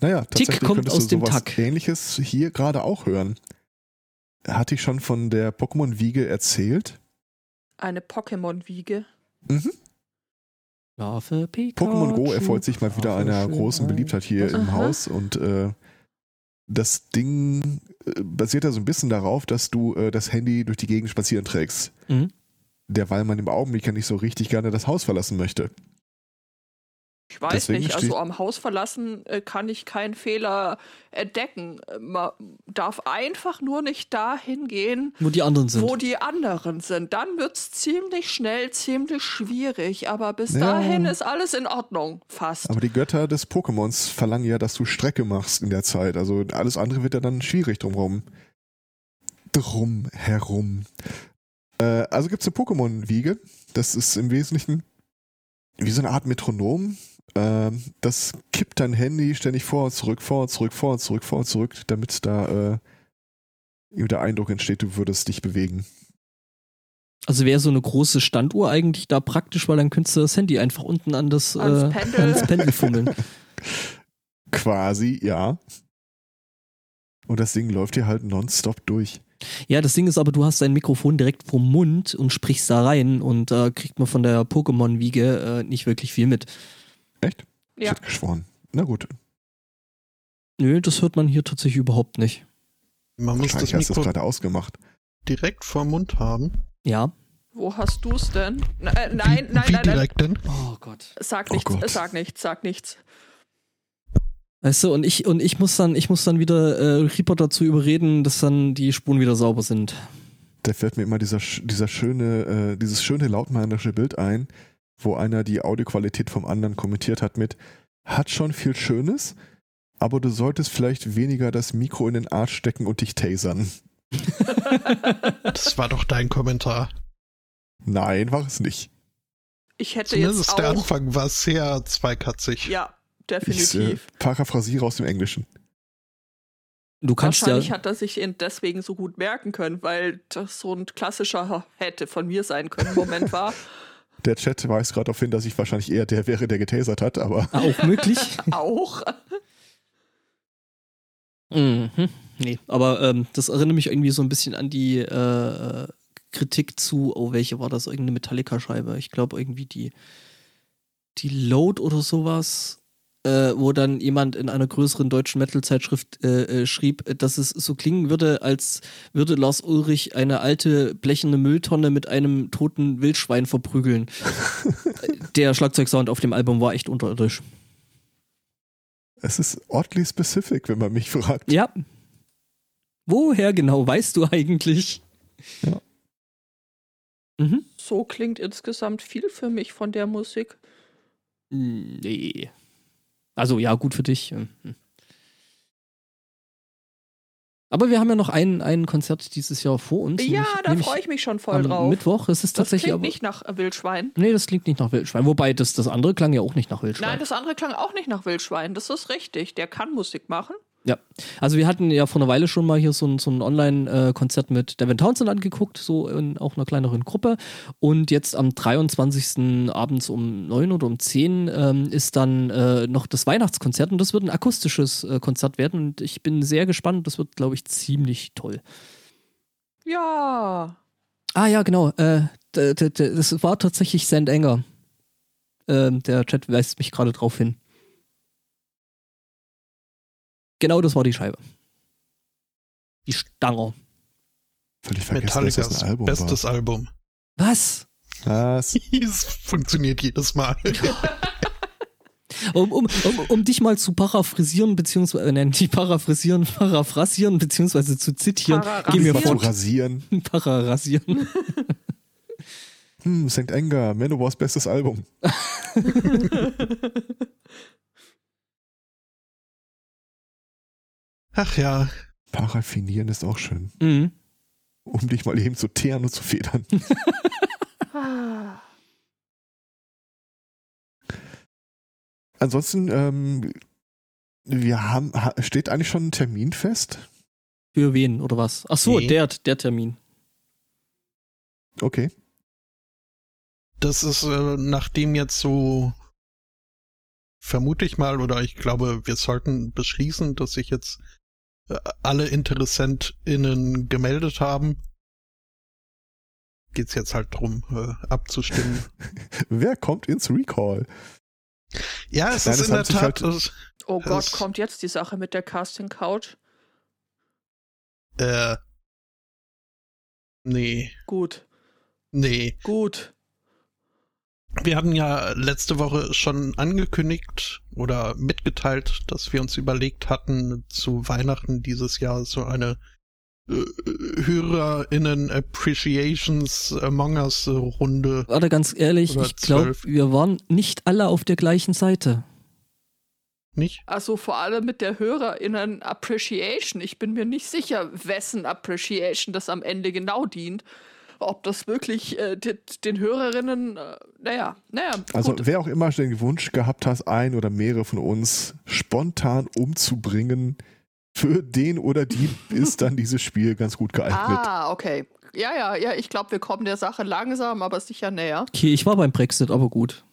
Naja,
Tick
tatsächlich
kommt
könntest
aus
du
dem
sowas
Tack.
Ähnliches hier gerade auch hören. Hatte ich schon von der Pokémon-Wiege erzählt?
Eine Pokémon-Wiege.
Mhm.
Larve, Pikachu,
Pokémon Go erfreut sich mal wieder
Larve,
einer
schön
großen
ein.
Beliebtheit hier
Was?
im
Aha.
Haus und äh, das Ding äh, basiert ja so ein bisschen darauf, dass du äh, das Handy durch die Gegend spazieren trägst.
Mhm.
Derweil man im Augenblick ja nicht so richtig gerne das Haus verlassen möchte.
Ich weiß
Deswegen
nicht,
steht-
also am Haus verlassen äh, kann ich keinen Fehler entdecken. Äh, Man darf einfach nur nicht dahin gehen,
Wo die anderen sind.
wo die anderen sind. Dann wird's ziemlich schnell, ziemlich schwierig, aber bis
Ja.
dahin ist alles in Ordnung, fast.
Aber die Götter des Pokémons verlangen ja, dass du Strecke machst in der Zeit. Also alles andere wird ja dann schwierig drumherum. Drumherum. Äh, also gibt es eine Pokémon-Wiege. Das ist im Wesentlichen wie so eine Art Metronom. Ähm, das kippt dein Handy ständig vor, zurück, vor, zurück, vor, zurück, vor, zurück, damit da äh, eben der Eindruck entsteht, du würdest dich bewegen.
Also wäre so eine große Standuhr eigentlich da praktisch, weil dann könntest du das Handy einfach unten an das
Ans
äh,
Pendel.
ans Pendel fummeln.
Quasi, ja. Und das Ding läuft hier halt nonstop durch.
Ja, das Ding ist aber, du hast dein Mikrofon direkt vom Mund und sprichst da rein und da kriegt man von der Pokémon-Wiege äh, nicht wirklich viel mit.
Echt? Ich
Ja.
hätte geschworen. Na gut.
Nö, das hört man hier tatsächlich überhaupt nicht.
Man muss das
Wahrscheinlich hast du es
Mikro
gerade ausgemacht.
direkt vor Mund haben.
Ja.
Wo hast du's denn? Na, äh, nein, nein,
wie, wie
nein, nein.
direkt denn?
Oh Gott.
Sag
Oh
nichts,
Gott.
sag nichts, sag nichts.
Weißt du, und ich, und ich muss dann, ich muss dann wieder äh, Reaper dazu überreden, dass dann die Spuren wieder sauber sind.
Da fällt mir immer dieser, sch- dieser schöne, äh, dieses schöne lautmalerische Bild ein, wo einer die Audioqualität vom anderen kommentiert hat mit hat schon viel Schönes, aber du solltest vielleicht weniger das Mikro in den Arsch stecken und dich tasern.
Das war doch dein Kommentar.
Nein, war es nicht.
Ich hätte
Zumindest
jetzt
der
auch.
Anfang war sehr zweikatzig.
Ja,
Ich äh,
definitiv.
paraphrasiere aus dem Englischen.
Du kannst ja.
Wahrscheinlich hat er sich ihn deswegen so gut merken können, weil das so ein klassischer hätte von mir sein können Moment
<laughs>
war.
Der Chat weist gerade darauf hin, dass ich wahrscheinlich eher der wäre, der getasert hat, aber
Ah, auch möglich.
auch.
mhm. Nee, aber ähm, das erinnert mich irgendwie so ein bisschen an die äh, Kritik zu, oh, welche war das? Irgendeine Metallica-Scheibe. Ich glaube, irgendwie die, die Load oder sowas, äh, wo dann jemand in einer größeren deutschen Metal-Zeitschrift äh, äh, schrieb, dass es so klingen würde, als würde Lars Ulrich eine alte blecherne Mülltonne mit einem toten Wildschwein verprügeln. Der Schlagzeugsound auf dem Album war echt unterirdisch.
es ist oddly specific, wenn man mich fragt.
Ja. Woher genau weißt du eigentlich?
Ja.
Mhm.
So klingt insgesamt viel für mich von der Musik.
Nee. Also ja, gut für dich. Mhm. Aber wir haben ja noch ein, ein Konzert dieses Jahr vor uns.
Ja, da freue
mich
ich mich schon voll
am
drauf.
Mittwoch. Es ist
das
tatsächlich
klingt
aber,
nicht nach Wildschwein.
Nee, das klingt nicht nach Wildschwein. Wobei das, das andere klang ja auch nicht nach Wildschwein.
Nein, das andere klang auch nicht nach Wildschwein. Das ist richtig. Der kann Musik machen.
Also wir hatten ja vor einer Weile schon mal hier so ein, so ein Online-Konzert mit Devin Townsend angeguckt, so in auch einer kleineren Gruppe. Und jetzt am 23. abends um 9 oder um 10 ähm, ist dann äh, noch das Weihnachtskonzert und das wird ein akustisches äh, Konzert werden. Und ich bin sehr gespannt, das wird, glaube ich, ziemlich toll.
Ja.
Ah ja, genau. Äh, d- d- d- das war tatsächlich Sand Anger. Ähm, der Chat weist mich gerade drauf hin. Genau das war die Scheibe. Die Stanger.
Völlig vergessen, dass das
Metallicas
ein Album
bestes Album. <laughs>
Was?
war. Was?
Es funktioniert
<laughs>
jedes Mal.
Um, um, um, um dich mal zu paraphrasieren, beziehungsweise, äh, nein, nicht paraphrasieren, <laughs> paraphrasieren, beziehungsweise zu zitieren, geh mir
Pararasieren.
Mal zu
fort,
rasieren.
pararasieren.
Hm, St. Anger, Manowars bestes Album.
<laughs> Ach ja,
Paraffinieren ist auch schön.
Mhm.
Um dich mal eben zu teeren und
<laughs>
zu federn.
Ah.
Ansonsten, ähm, wir haben, ha- steht eigentlich schon ein Termin fest?
Für wen oder was? Ach so,
Nee.
der, der Termin.
Okay.
das ist äh, nachdem jetzt so vermute ich mal oder ich glaube, wir sollten beschließen, dass sich jetzt äh, alle InteressentInnen gemeldet haben. Geht's jetzt halt drum, äh,
<laughs>
abzustimmen.
Wer kommt ins Recall?
Ja, es
Nein, das
ist in der
hat sich
Tat.
halt-
Oh
Das-
Gott, kommt jetzt die Sache mit der Casting Couch?
äh, nee,
Gut,
nee.
gut.
Wir hatten ja letzte Woche schon angekündigt oder mitgeteilt, dass wir uns überlegt hatten, zu Weihnachten dieses Jahr so eine äh, HörerInnen Appreciations Among Us Runde.
Warte, ganz ehrlich,
Oder
ich glaube,
zwölf.
wir waren nicht alle auf der gleichen Seite.
Nicht?
Also vor allem mit der HörerInnen Appreciation. Ich bin mir nicht sicher, wessen Appreciation das am Ende genau dient. Ob das wirklich äh, de- den Hörerinnen, äh, naja, naja,
Also
gut.
wer auch immer den Wunsch gehabt hat, ein oder mehrere von uns spontan umzubringen, für den
<laughs>
oder die ist dann dieses Spiel ganz gut geeignet.
Ah, okay. Ja, ja, ja, ich glaube, wir kommen der Sache langsam, aber sicher näher.
Okay, ich war beim Brexit, aber gut.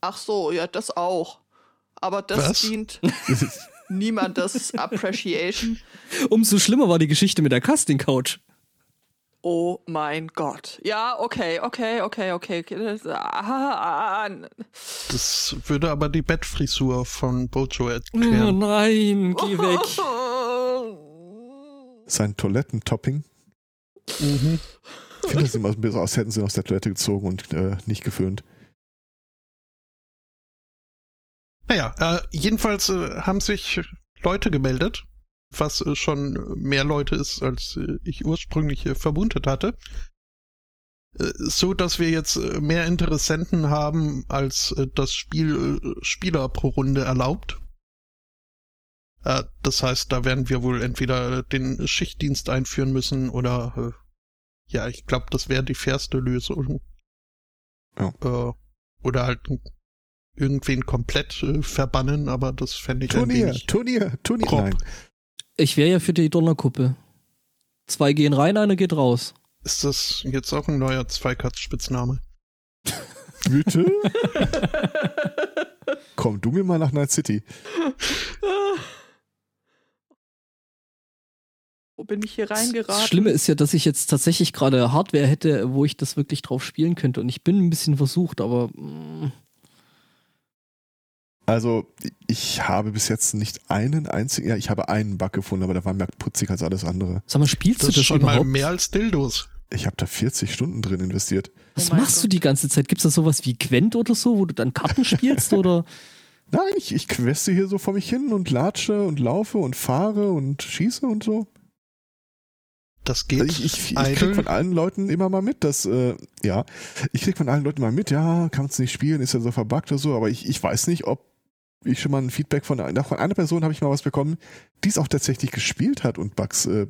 Ach so, ja, das auch. Aber das
Was?
dient niemandes Appreciation.
Umso schlimmer war die Geschichte mit der Casting Couch.
Oh mein Gott. Ja, okay, okay, okay, okay. okay. Das- ah, ah, ah.
Das würde aber die Bettfrisur von Bojo
Oh
erklären.
nein,
<laughs>
geh weg.
Sein Toilettentopping.
Mhm.
Ich finde das immer so ein bisschen aus, hätten sie ihn aus der Toilette gezogen und äh, nicht geföhnt.
Naja, äh, jedenfalls äh, haben sich Leute gemeldet, was äh, schon mehr Leute ist, als äh, ich ursprünglich äh, vermutet hatte. Äh, So dass wir jetzt äh, mehr Interessenten haben, als äh, das Spiel äh, Spieler pro Runde erlaubt. Äh, Das heißt, da werden wir wohl entweder den Schichtdienst einführen müssen oder äh, ja, ich glaube, das wäre die fairste Lösung.
Ja.
Äh, Oder halt irgendwen komplett äh, verbannen, aber das fände ich ein
Turnier,
wenig.
Turnier, Turnier.
grob.
Nein.
Ich wäre ja für die Donnerkuppe. Zwei gehen rein, einer geht raus.
Ist das jetzt auch ein neuer Zweikatz-Spitzname?
Bitte? Komm du mir mal nach Night City.
Wo bin ich hier
Das
reingeraten?
Schlimme ist ja, dass ich jetzt tatsächlich gerade Hardware hätte, wo ich das wirklich drauf spielen könnte. Und ich bin ein bisschen versucht, aber mm,
Also, ich habe bis jetzt nicht einen einzigen, ja, ich habe einen Bug gefunden, aber der war mehr putzig als alles andere.
sag mal, spielst
Das
du
ist
das
schon
überhaupt?
mal mehr als Dildos.
Ich habe da 40 Stunden drin investiert.
Was
Oh mein
machst du
Gott.
die ganze Zeit? Gibt's da sowas wie Quent oder so, wo du dann Karten spielst oder?
Nein, ich, ich queste hier so vor mich hin und latsche und laufe und fahre und schieße und so.
Das
Also
geht.
Ich, ich, ich
Idle.
krieg von allen Leuten immer mal mit, dass, äh, ja, ich krieg von allen Leuten mal mit, ja, kannst nicht spielen, ist ja so verbuggt oder so, aber ich, ich weiß nicht, ob ich schon mal ein Feedback von, einer- von einer Person habe ich mal was bekommen, die es auch tatsächlich gespielt hat und Bugs, äh,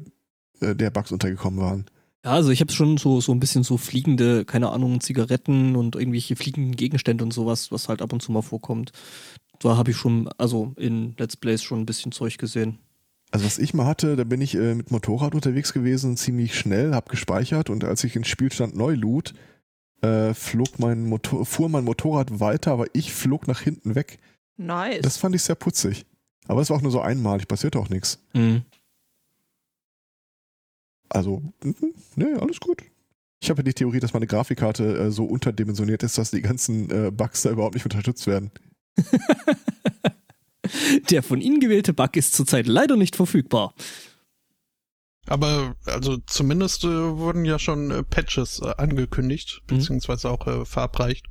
äh, der Bugs untergekommen waren.
<laughs> Ja, also ich habe schon so so ein bisschen so fliegende, keine Ahnung, Zigaretten und irgendwelche fliegenden Gegenstände und sowas, was halt ab und zu mal vorkommt. Da habe ich schon, also in Let's Plays schon ein bisschen Zeug gesehen.
Also was ich mal hatte, da bin ich äh, mit Motorrad unterwegs gewesen, ziemlich schnell, hab gespeichert und als ich den Spielstand neu lud, äh, flog mein Motor, fuhr mein Motorrad weiter, aber ich flog nach hinten weg.
nice.
Das fand ich sehr putzig. Aber es war auch nur so einmalig, passierte auch nichts.
Mhm.
Also, mhm, ne, alles gut. Ich habe ja die Theorie, dass meine Grafikkarte äh, so unterdimensioniert ist, dass die ganzen äh, Bugs da überhaupt nicht unterstützt werden.
Der von Ihnen gewählte Bug ist zurzeit leider nicht verfügbar.
Aber also zumindest äh, wurden ja schon äh, Patches äh, angekündigt,
Mhm.
beziehungsweise auch äh, verabreicht.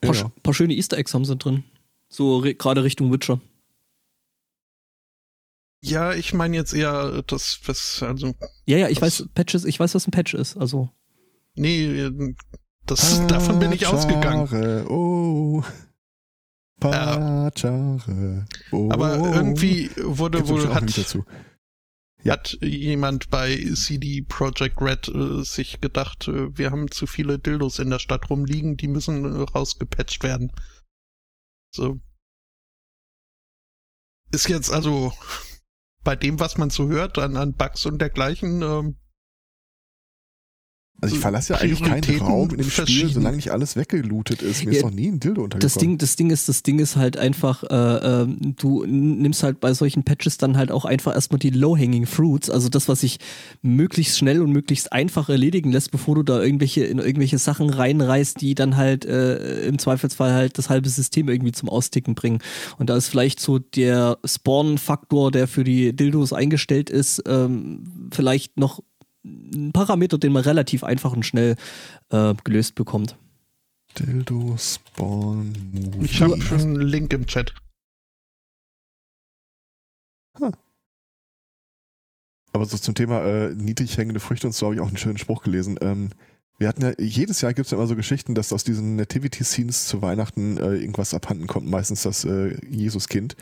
Paar,
Ja.
paar schöne Easter Eggs haben sie drin. So ri- gerade Richtung Witcher.
Ja, ich meine jetzt eher äh, das, was, also,
Ja, ja, ich
Das-
weiß Patches, ich weiß, was ein Patch ist. Also
nee, äh, das, davon bin ich ausgegangen.
Pachare, Oh. Pachare, oh.
Aber irgendwie wurde
Gibt's bestimmt
wohl,
auch ein Lied
hat,
dazu. Ja.
hat jemand bei CD Projekt Red äh, sich gedacht, äh, wir haben zu viele Dildos in der Stadt rumliegen, die müssen äh, rausgepatcht werden. So. Ist jetzt also bei dem, was man so hört, an, an Bugs und dergleichen, ähm,
Also ich verlasse ja eigentlich keinen
Prioritäten
Raum in dem Spiel,
verschieden.
solange nicht alles weggelootet ist. Mir
Ja,
ist noch nie ein Dildo untergekommen.
das Ding, das Ding ist, das Ding ist halt einfach, äh, ähm, du n- nimmst halt bei solchen Patches dann halt auch einfach erstmal die low-hanging fruits, also das, was sich möglichst schnell und möglichst einfach erledigen lässt, bevor du da irgendwelche in irgendwelche Sachen reinreißt, die dann halt äh, im Zweifelsfall halt das halbe System irgendwie zum Austicken bringen. Und da ist vielleicht so der Spawn-Faktor, der für die Dildos eingestellt ist, ähm, vielleicht noch ein Parameter, den man relativ einfach und schnell äh, gelöst bekommt.
Dildo Spawn Movie.
Ich habe einen Link im Chat.
Aber so zum Thema äh, niedrig hängende Früchte und so habe ich auch einen schönen Spruch gelesen. Ähm, wir hatten ja, jedes Jahr gibt es ja immer so Geschichten, dass aus diesen Nativity-Scenes zu Weihnachten äh, irgendwas abhanden kommt, meistens das äh, Jesuskind.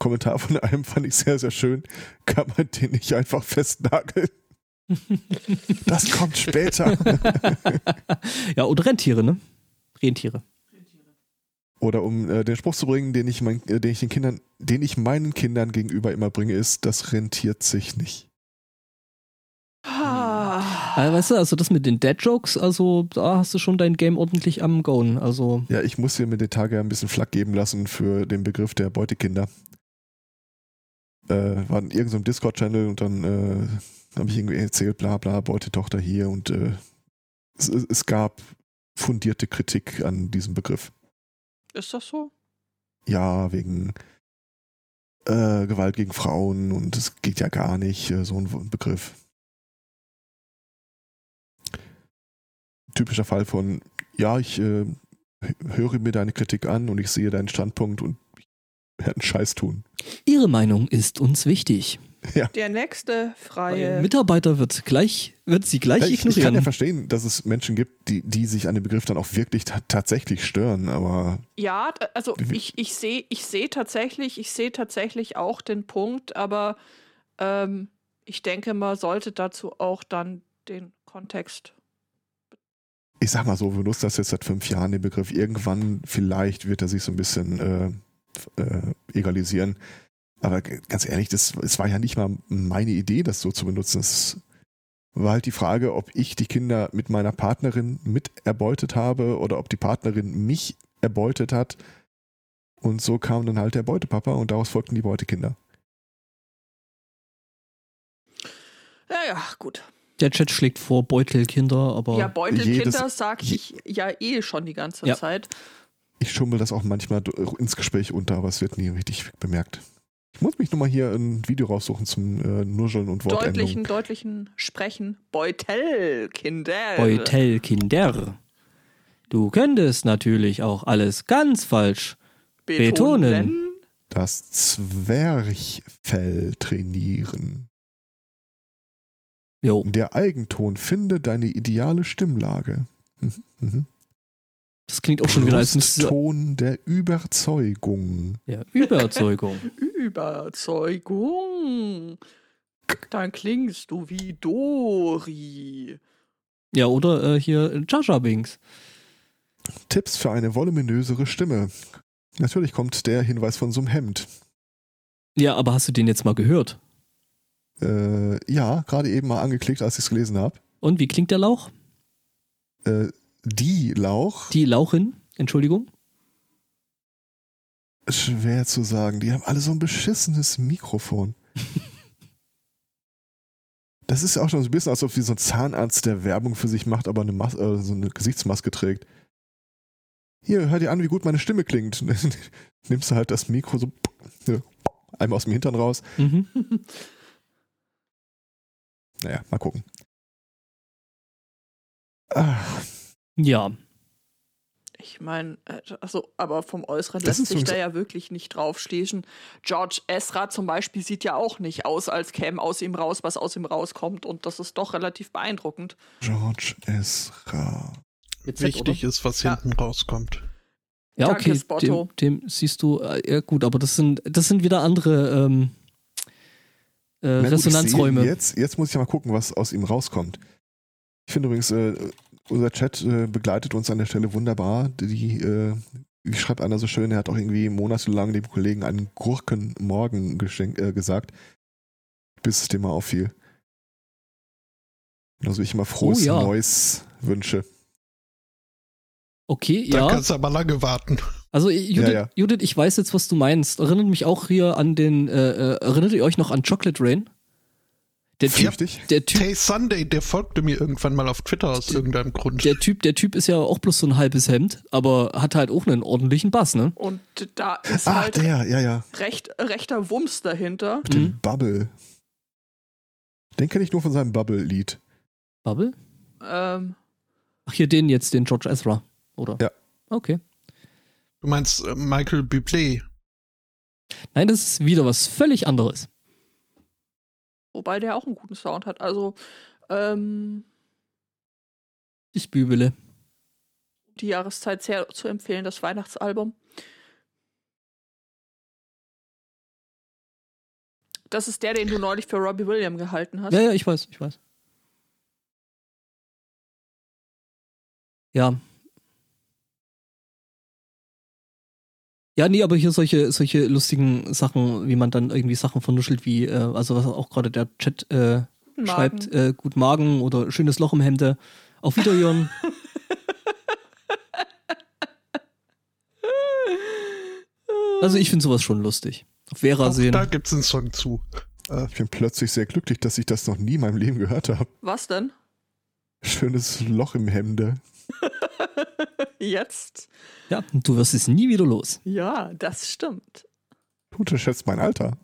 Kommentar von einem fand ich sehr, sehr schön. Kann man den nicht einfach festnageln? Das kommt später.
<laughs> ja, und Rentiere, ne? Rentiere.
<laughs> Oder um äh, den Spruch zu bringen, den ich, mein, äh, den ich den Kindern, den ich meinen Kindern gegenüber immer bringe, ist, das rentiert sich nicht.
Ah.
Aber weißt du, also das mit den Dad-Jokes, also da hast du schon dein Game ordentlich am Goen. Also,
Ja, ich muss hier mit den Tage ein bisschen Flack geben lassen für den Begriff der Beutekinder. Äh, war in irgendeinem Discord-Channel und dann äh, habe ich irgendwie erzählt, bla bla, Beutetochter hier und äh, es, es es gab fundierte Kritik an diesem Begriff.
Ist das so?
ja, wegen äh, Gewalt gegen Frauen und es geht ja gar nicht, äh, so ein W- Begriff. Typischer Fall von, ja, ich äh, höre mir deine Kritik an und ich sehe deinen Standpunkt und ich werde einen Scheiß tun. <laughs>
ihre Meinung ist uns wichtig.
Der nächste
Ihr
freie.
Mitarbeiter wird gleich, wird sie gleich
ich, ich kann
ignorieren.
ja verstehen, dass es Menschen gibt, die, die sich an dem Begriff dann auch wirklich ta tatsächlich stören, aber
Ja, d- also
Wie-
ich, ich sehe ich seh tatsächlich, ich sehe tatsächlich auch den Punkt, aber ähm, ich denke, man sollte dazu auch dann den Kontext.
ich sag mal so, wir benutzen das jetzt seit fünf Jahren, den Begriff. Irgendwann vielleicht wird er sich so ein bisschen äh, f- äh, egalisieren. Aber g- ganz ehrlich, das, es war ja nicht mal meine Idee, das so zu benutzen. Es war halt die Frage, ob ich die Kinder mit meiner Partnerin mit erbeutet habe oder ob die Partnerin mich erbeutet hat. Und so kam dann halt der Beutepapa und daraus folgten die Beutekinder.
Ja, ja, gut.
Der Chat schlägt vor Beutelkinder, aber
ja, Beutelkinder
jedes-
sag
je-
ich ja eh schon die ganze
Ja.
Zeit.
Ich schummel das auch manchmal d- äh, ins Gespräch unter, aber es wird nie richtig bemerkt. Ich muss mich nochmal hier ein Video raussuchen zum äh, Nuscheln und Wortendungen.
Deutlichen, deutlichen Sprechen. Beutelkinder.
Beutelkinder. Du könntest natürlich auch alles ganz falsch. betonen.
Das Zwerchfell trainieren.
Jo,
Der Eigenton finde deine ideale Stimmlage. Mhm, mhm.
das klingt auch schon wieder als eine
Ton der Überzeugung.
ja,
<laughs>
Überzeugung.
Überzeugung. Dann klingst du wie Dori.
Ja, oder äh, hier Jaja Binks.
Tipps für eine voluminösere Stimme. Natürlich kommt der Hinweis von so einem Hemd.
Ja, aber hast du den jetzt mal gehört?
Äh, ja, gerade eben mal angeklickt, als ich es gelesen habe.
Und wie klingt der Lauch?
Äh, die Lauch,
Die Lauchin? Entschuldigung?
schwer zu sagen. Die haben alle so ein beschissenes Mikrofon. Das ist ja auch schon so ein bisschen, als ob wie so ein Zahnarzt, der Werbung für sich macht, aber eine Mas äh, so eine Gesichtsmaske trägt. Hier, hör dir an, wie gut meine Stimme klingt. <laughs> Nimmst du halt das Mikro so ne, einmal aus dem Hintern raus.
Mhm.
Naja, mal gucken. Ah,
Ja.
Ich meine, also, aber vom Äußeren
Das
lässt
ist
sich
übrigens-
da ja wirklich nicht drauf schließen. George Ezra zum Beispiel sieht ja auch nicht aus, als käme aus ihm raus, was aus ihm rauskommt. Und das ist doch relativ beeindruckend.
George Ezra.
Jetzt
Wichtig ist, was
Ja.
hinten rauskommt.
Ja,
Danke,
okay,
Spotto.
dem, dem siehst du, äh, ja gut, aber das sind, das sind wieder andere ähm,
Na gut,
äh,
ich sehe,
Resonanzräume.
Jetzt, jetzt muss ich mal gucken, was aus ihm rauskommt. Ich finde übrigens, äh, unser Chat äh, begleitet uns an der Stelle wunderbar. Die, äh, wie schreibt einer so schön, er hat auch irgendwie monatelang dem Kollegen einen Gurkenmorgen geschenk, äh, gesagt, bis es dem mal auffiel. Also ich immer frohes
Oh ja.
Neues wünsche.
Okay,
Da
ja.
kannst du aber lange warten.
Also äh, Judith,
ja.
Judith, ich weiß jetzt, was du meinst. Erinnert mich auch hier an den, äh, äh, erinnert ihr euch noch an Chocolate Rain? Der Typ,
Richtig?
der Typ,
Tay Sunday, der folgte mir irgendwann mal auf Twitter aus irgendeinem Grund.
der Typ, der Typ ist ja auch bloß so ein halbes Hemd, aber hat halt auch einen ordentlichen Bass, ne?
Und da ist
Ach,
halt
der, ja, ja.
recht, rechter Wumms dahinter.
Mit
Mhm.
dem Bubble. Den kenne ich nur von seinem Bubble-Lied.
Bubble?
Ähm,
Ach, hier den jetzt, den George Ezra. oder?
Ja.
Okay.
Du meinst äh, Michael Bublé.
Nein, das ist wieder was völlig anderes.
Wobei der auch einen guten Sound hat. Also, ähm,
Ich bübele.
die Jahreszeit sehr zu empfehlen, das Weihnachtsalbum. Das ist der, den du neulich für Robbie Williams gehalten hast.
Ja, ja, ich weiß, ich weiß. Ja. Ja, nee, aber hier solche, solche lustigen Sachen, wie man dann irgendwie Sachen vernuschelt, wie, äh, also was auch gerade der Chat äh,
Magen.
schreibt, äh, gut Magen oder schönes Loch im Hemde. Auf Wiederhören. also ich finde sowas schon lustig. Auf Vera
Auch
sehen.
da gibt's einen Song zu.
Ich bin plötzlich sehr glücklich, dass ich das noch nie in meinem Leben gehört habe.
<laughs> Was denn?
Schönes Loch im Hemde.
Jetzt?
Ja, du wirst es nie wieder los.
Ja, das stimmt.
Du unterschätzt mein Alter.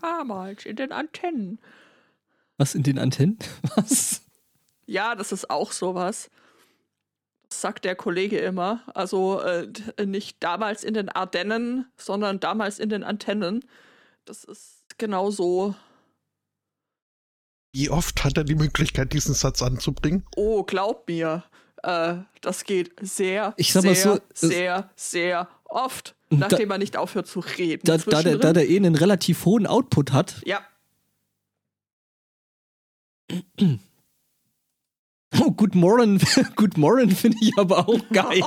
Damals in den Antennen.
Was in den Antennen? <laughs> Was?
Ja, das ist auch sowas. Das sagt der Kollege immer. Also äh, d- nicht damals in den Ardennen, sondern damals in den Antennen. Das ist genau so.
Wie oft hat er die Möglichkeit, diesen Satz anzubringen?
Oh, glaub mir, äh, das geht sehr,
Ich sag
sehr,
mal so, es-
sehr, sehr oft,
Da-
nachdem er nicht aufhört zu reden.
Da, da, der, da
zwischendrin.
der eh einen relativ hohen Output hat.
ja,
Oh, Good Morning, <laughs> Good Morning finde ich aber auch geil.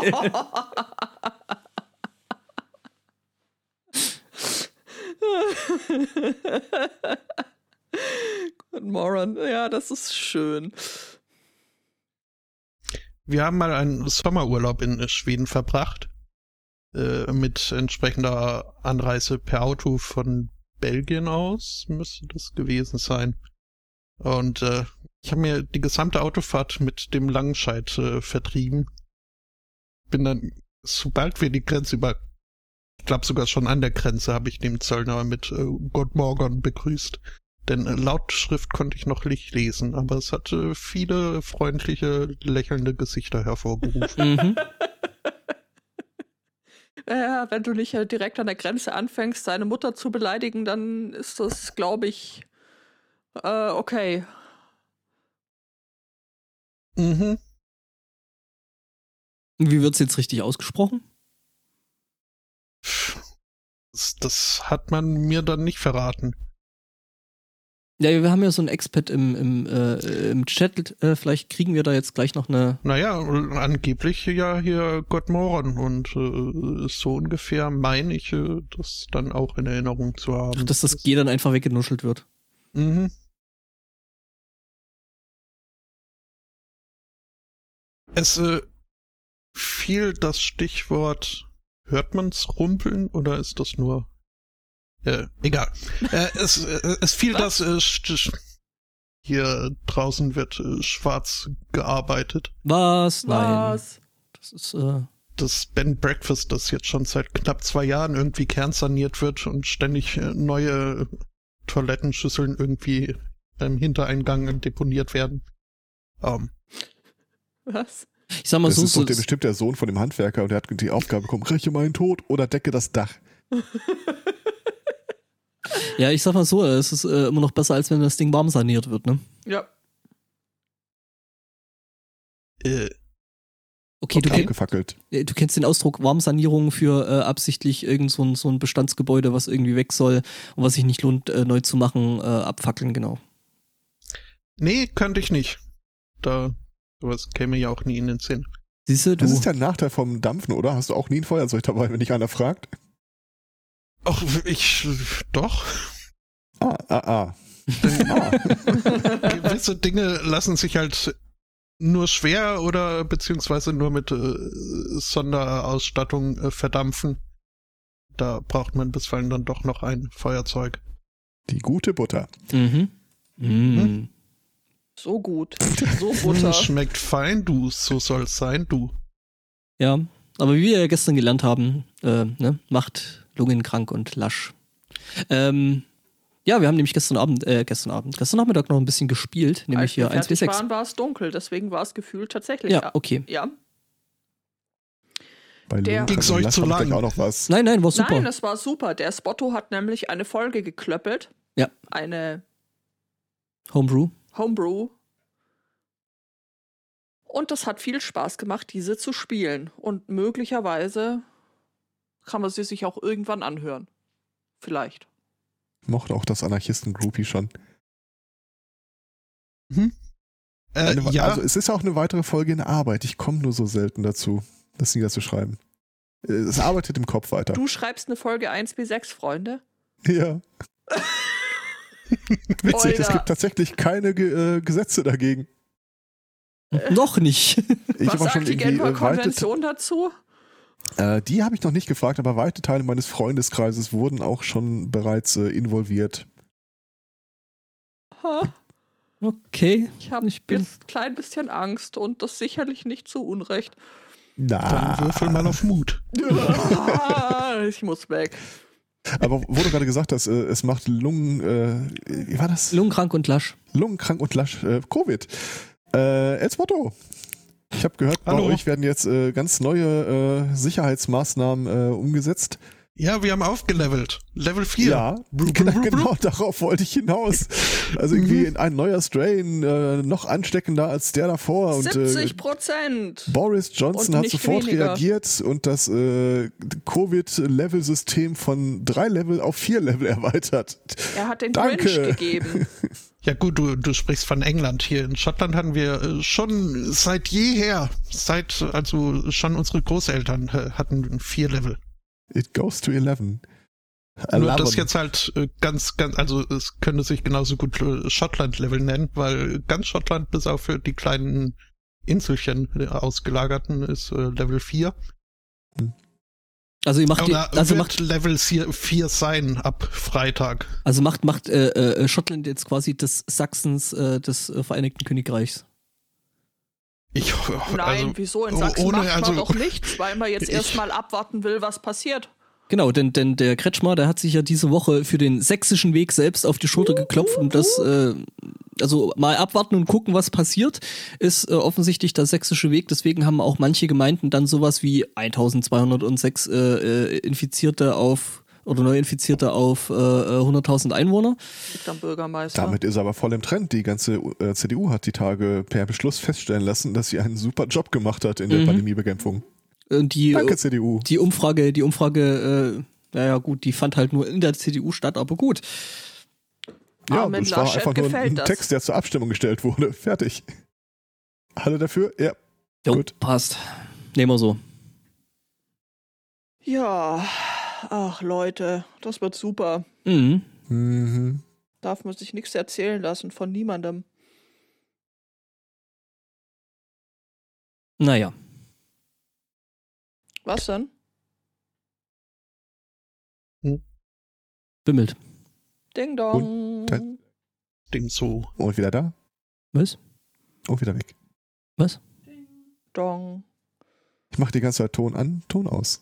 Good Moron. Ja, das ist schön.
Wir haben mal einen Sommerurlaub in Schweden verbracht. Äh, mit entsprechender Anreise per Auto von Belgien aus müsste das gewesen sein. Und äh, ich habe mir die gesamte Autofahrt mit dem Langenscheid äh, vertrieben. Bin dann, sobald wir die Grenze über, ich glaube sogar schon an der Grenze, habe ich den Zöllner mit äh, Guten Morgen begrüßt. Denn äh, Lautschrift konnte ich noch nicht lesen, aber es hatte viele freundliche, lächelnde Gesichter hervorgerufen.
<laughs> Mhm.
Naja, wenn du nicht äh, direkt an der Grenze anfängst, deine Mutter zu beleidigen, dann ist das, glaube ich, äh, okay.
mhm.
Wie wird es jetzt richtig ausgesprochen?
Das, das hat man mir dann nicht verraten.
Ja, wir haben ja so ein Expat im, im, äh, im Chat. Äh, vielleicht kriegen wir da jetzt gleich noch eine.
Naja, angeblich ja hier Gott Moron und äh, so ungefähr meine ich äh, das dann auch in Erinnerung zu haben.
Ach, dass das G dann einfach weggenuschelt wird.
Mhm. Es äh, fiel das Stichwort, hört man's rumpeln oder ist das nur... Äh, egal. Äh, es, äh, es fiel das... Äh, Sch- Sch- hier draußen wird äh, schwarz gearbeitet.
Was? Nein.
Was?
Das ist, äh,
das Bed and Breakfast, das jetzt schon seit knapp zwei Jahren irgendwie kernsaniert wird und ständig äh, neue Toilettenschüsseln irgendwie im Hintereingang deponiert werden. Ähm,
Was?
ich sag mal
Das
so,
ist doch
so
der, bestimmt der Sohn von dem Handwerker und der hat die Aufgabe bekommen, räche meinen Tod oder decke das Dach.
ja, ich sag mal so, es ist äh, immer noch besser, als wenn das Ding warm saniert wird, ne?
Ja.
äh,
Okay, du,
Okay.
kenn,
Abgefackelt.
äh, du kennst den Ausdruck Warmsanierung für äh, absichtlich irgend so ein, so ein Bestandsgebäude, was irgendwie weg soll und was sich nicht lohnt, äh, neu zu machen, äh, abfackeln, genau.
nee, könnte ich nicht. Da sowas käme ja auch nie in den Sinn.
Siehst du,
Das
du-
ist der Nachteil vom Dampfen, oder? Hast du auch nie ein Feuerzeug dabei, wenn dich einer fragt?
Ach, ich doch.
Ah, ah, ah.
Denn
ah.
<laughs> gewisse Dinge lassen sich halt nur schwer oder beziehungsweise nur mit äh, Sonderausstattung äh, verdampfen. Da braucht man bisweilen dann doch noch ein Feuerzeug.
Die gute Butter.
Mhm.
Mhm.
Hm?
So
<laughs>
gut. So
Hm,
Butter.
Schmeckt fein, du, so soll's sein, du.
Ja, aber wie wir ja gestern gelernt haben, äh, ne, macht Lungen krank und lasch. Ähm, ja, wir haben nämlich gestern Abend, äh, gestern Abend, gestern Nachmittag noch ein bisschen gespielt, nämlich
Als wir
hier 1
fertig
bis 6.
waren, war es dunkel, deswegen war es gefühlt tatsächlich.
Ja, okay.
ja. Der-
Bei Lungenkrankheit
Ging's euch
lasst
zu
man
lang?
vielleicht auch noch was.
Nein, nein, war super.
Nein, es war super. Der Spotto hat nämlich eine Folge geklöppelt.
Ja.
Eine
Homebrew.
Homebrew. Und das hat viel Spaß gemacht, diese zu spielen. Und möglicherweise kann man sie sich auch irgendwann anhören. Vielleicht.
Mochte auch das Anarchisten-Groupie schon.
Äh,
Eine,
ja,
Also es ist auch eine weitere Folge in Arbeit. Ich komme nur so selten dazu, das niederzuschreiben. Äh, Es arbeitet im Kopf weiter.
Du schreibst eine Folge 1b6, Freunde. <laughs>
Ja. Witzig, es
Alter.
gibt tatsächlich keine Ge äh, Gesetze dagegen.
Äh.
Noch nicht. <laughs>
Ich
Was
war
sagt die
irgendwie,
Genfer
äh, weite,
Konvention dazu?
äh, die habe ich noch nicht gefragt, aber weite Teile meines Freundeskreises wurden auch schon bereits äh, involviert.
Ha,
Okay.
ich habe
Ich
jetzt
bin-
ein klein bisschen Angst und das sicherlich nicht zu
<laughs>
Unrecht.
Na,
dann würfel mal auf Mut.
Ah, ich muss weg.
aber wo du gerade gesagt hast, äh, es macht Lungen, äh, wie war das?
Lungenkrank und lasch.
Lungenkrank und lasch äh, Covid. Äh, als Motto. Ich habe gehört,
Hallo.
bei euch werden jetzt äh, ganz neue äh, Sicherheitsmaßnahmen äh, umgesetzt.
Ja, wir haben aufgelevelt. Level 4.
Ja,
Blub, blub,
genau,
blub, blub.
genau darauf wollte ich hinaus. Also
Mhm.
irgendwie in ein neuer Strain, äh, noch ansteckender als der davor. Und, äh,
70 Prozent.
Boris Johnson
Und
hat
nicht
sofort
weniger.
reagiert und das äh, Covid-Level-System von drei Level auf vier Level <laughs> erweitert.
Er hat den
Danke.
Grinch
<laughs>
gegeben.
Ja gut, du, du sprichst von England. Hier in Schottland hatten wir äh, schon seit jeher, seit also schon unsere Großeltern äh, hatten vier Level.
It goes to 11.
Nur das
11.
jetzt halt äh, ganz, ganz, also es könnte sich genauso gut äh, Schottland-Level nennen, weil ganz Schottland bis auf äh, die kleinen Inselchen äh, ausgelagerten ist äh, Level 4.
Also ihr macht, die,
Oder
also
wird
macht
Level 4, 4 sein ab Freitag.
Also macht, macht äh, äh, Schottland jetzt quasi des Sachsens äh, des äh, Vereinigten Königreichs.
Ich,
Nein,
also,
wieso? In
oh,
Sachsen
ohne-
macht man
also-
doch nichts, weil man
<laughs>
jetzt
Ich-
erstmal abwarten will, was passiert.
Genau, denn, denn der Kretschmer, der hat sich ja diese Woche für den sächsischen Weg selbst auf die Schulter geklopft und das, äh, also mal abwarten und gucken, was passiert, ist äh, offensichtlich der sächsische Weg. Deswegen haben auch manche Gemeinden dann sowas wie 1206 äh, äh, Infizierte auf oder Neuinfizierte auf äh, äh, 100.000 Einwohner.
Liegt am Bürgermeister.
Damit ist er aber voll im Trend. Die ganze äh, CDU hat die Tage per Beschluss feststellen lassen, dass sie einen super Job gemacht hat in der
Mhm.
Pandemiebekämpfung.
Und Äh, die,
Danke, CDU.
die Umfrage, die Umfrage, äh, naja gut, die fand halt nur in der CDU statt, aber gut.
Ja,
Armin
das war
Laschet
einfach nur ein
gefällt das.
Text, der zur Abstimmung gestellt wurde. <laughs> Fertig. Alle dafür? Ja.
Jo,
Gut.
passt. Nehmen wir so.
Ja, ach Leute, das wird super.
Mhm.
Mhm.
Darf man sich nichts erzählen lassen von niemandem.
Naja.
Was denn?
Bimmelt.
Ding dong.
dann-
dem so.
Und wieder da
Was?
und wieder weg.
Dong.
Ich mache die ganze Zeit Ton an, Ton aus.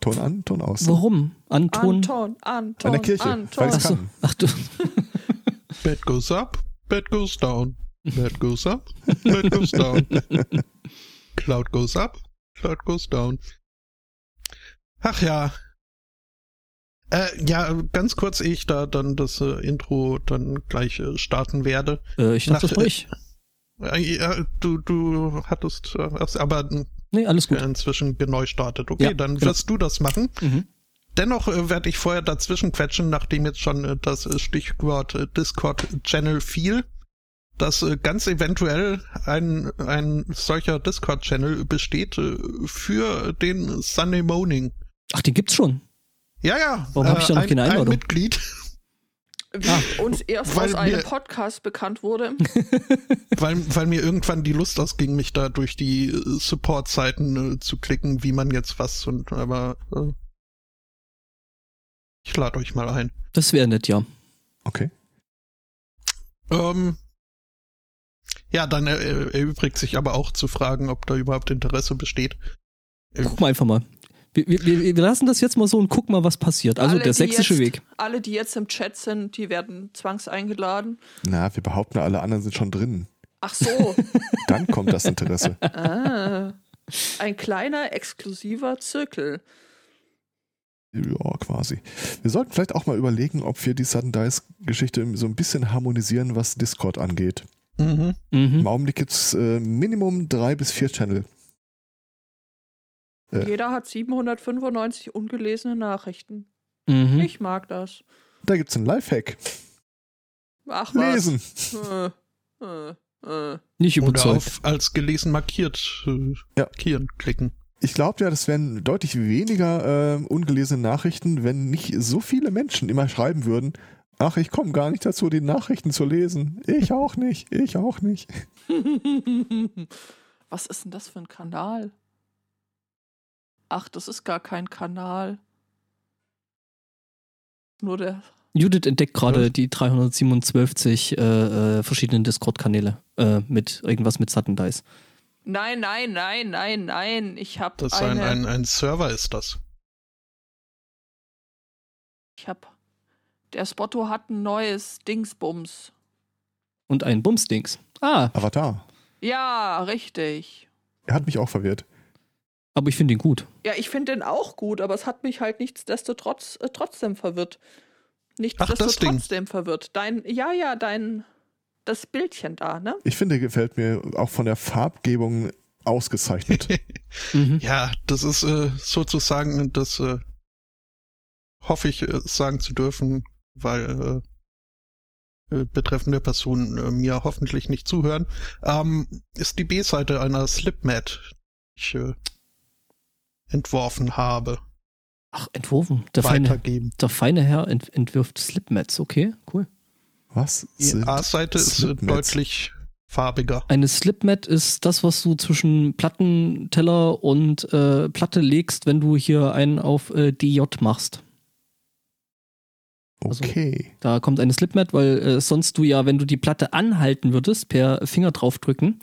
Ton an, Ton aus.
Warum? Anton?
Anton,
An
Anton,
der Kirche, weil
Anton.
es
Achso.
kann.
Ach du.
Bed goes up, bed goes down. Bed goes up, bed goes down. Cloud goes up, Cloud goes down. Ach ja. Äh, ja, ganz kurz, ehe ich da dann das äh, Intro dann gleich äh, starten werde.
Äh, ich dachte, das war ich.
Äh, ja, du, du hattest äh, erst- aber äh,
Nee, alles gut.
inzwischen neu startet. Okay,
Ja,
dann
genau.
wirst du das machen.
Mhm.
Dennoch äh, werde ich vorher dazwischen quetschen, nachdem jetzt schon äh, das äh, Stichwort äh, Discord-Channel fiel, dass äh, ganz eventuell ein, ein solcher Discord-Channel besteht äh, für den Sunday Morning.
Ach, den gibt's schon.
Ja, ja. äh,
Warum hab ich da noch
ein,
keine
ein
Einladung?
Mitglied, <laughs>
Wie uns erst
Weil
aus
wir-
einem Podcast bekannt wurde.
weil, weil mir irgendwann die Lust ausging, mich da durch die äh, Support-Seiten äh, zu klicken, wie man jetzt was und aber äh, ich lade euch mal ein.
Das wäre nett, ja.
Okay.
Ähm, ja, dann äh, erübrigt sich aber auch zu fragen, ob da überhaupt Interesse besteht.
Guck mal einfach mal. Wir, wir, wir wir lassen das jetzt mal so und guck mal, was passiert. <laughs> Also
Alle,
der
die
sächsische
jetzt,
Weg.
Alle, die jetzt im Chat sind, die werden zwangseingeladen.
Na, wir <laughs> behaupten, alle anderen sind schon drin.
Ach so. <laughs>
Dann kommt das Interesse.
ah. Ein kleiner, exklusiver Zirkel.
Ja, quasi. Wir sollten vielleicht auch mal überlegen, ob wir die Sudden Dice-Geschichte so ein bisschen harmonisieren, was Discord angeht.
Mhm.
Mhm.
Hm.
Im Augenblick gibt es äh, Minimum drei bis vier Channel. Äh.
Jeder hat 795 ungelesene Nachrichten.
Mhm.
Ich mag das.
Da gibt es einen Lifehack.
Ach was.
Lesen.
Äh, äh, äh.
Nicht
Oder
überzeugt.
auf als gelesen markiert äh,
Ja.
markieren klicken.
Ich glaube ja, das wären deutlich weniger äh, ungelesene Nachrichten, wenn nicht so viele Menschen immer schreiben würden. Ach, ich komme gar nicht dazu, die Nachrichten zu lesen. Ich auch nicht. Ich auch nicht.
Was ist denn das für ein Kanal? Ach, das ist gar kein Kanal. Nur der.
Judith entdeckt gerade
Ja.
die 327 äh, äh, verschiedenen Discord-Kanäle äh, mit irgendwas mit Sutton Dice.
Nein, nein, nein, nein, nein. Ich habe
Das ist ein,
eine.
ein, ein Server ist das.
Ich hab. Der Spotto hat ein neues Dingsbums.
Und ein Bumsdings. Ah,
Avatar.
Ja, richtig.
Er hat mich auch verwirrt.
aber ich finde ihn gut.
Ja, ich finde den auch gut, aber es hat mich halt nichtsdestotrotz äh, trotzdem verwirrt.
Ach, das
Nichtsdestotrotz
Ding.
trotzdem verwirrt. Dein, ja, ja, dein, das Bildchen da, ne?
Ich finde, gefällt mir auch von der Farbgebung ausgezeichnet.
<laughs> Mhm.
Ja, das ist äh, sozusagen, das äh, hoffe ich äh, sagen zu dürfen, weil äh, äh, betreffende Personen äh, mir hoffentlich nicht zuhören, ähm, ist die B-Seite einer Slipmat, die ich äh, entworfen habe,
Ach, entworfen. Der feine,
weitergeben.
der feine Herr ent entwirft Slipmats. Okay, cool.
Was?
Die
also,
A-Seite ist äh,
Slipmats?
deutlich farbiger.
Eine Slipmat ist das, was du zwischen Plattenteller und äh, Platte legst, wenn du hier einen auf äh, DJ machst. also-
Okay.
Da kommt eine Slipmat, weil äh, sonst du ja, wenn du die Platte anhalten würdest, per Finger draufdrücken,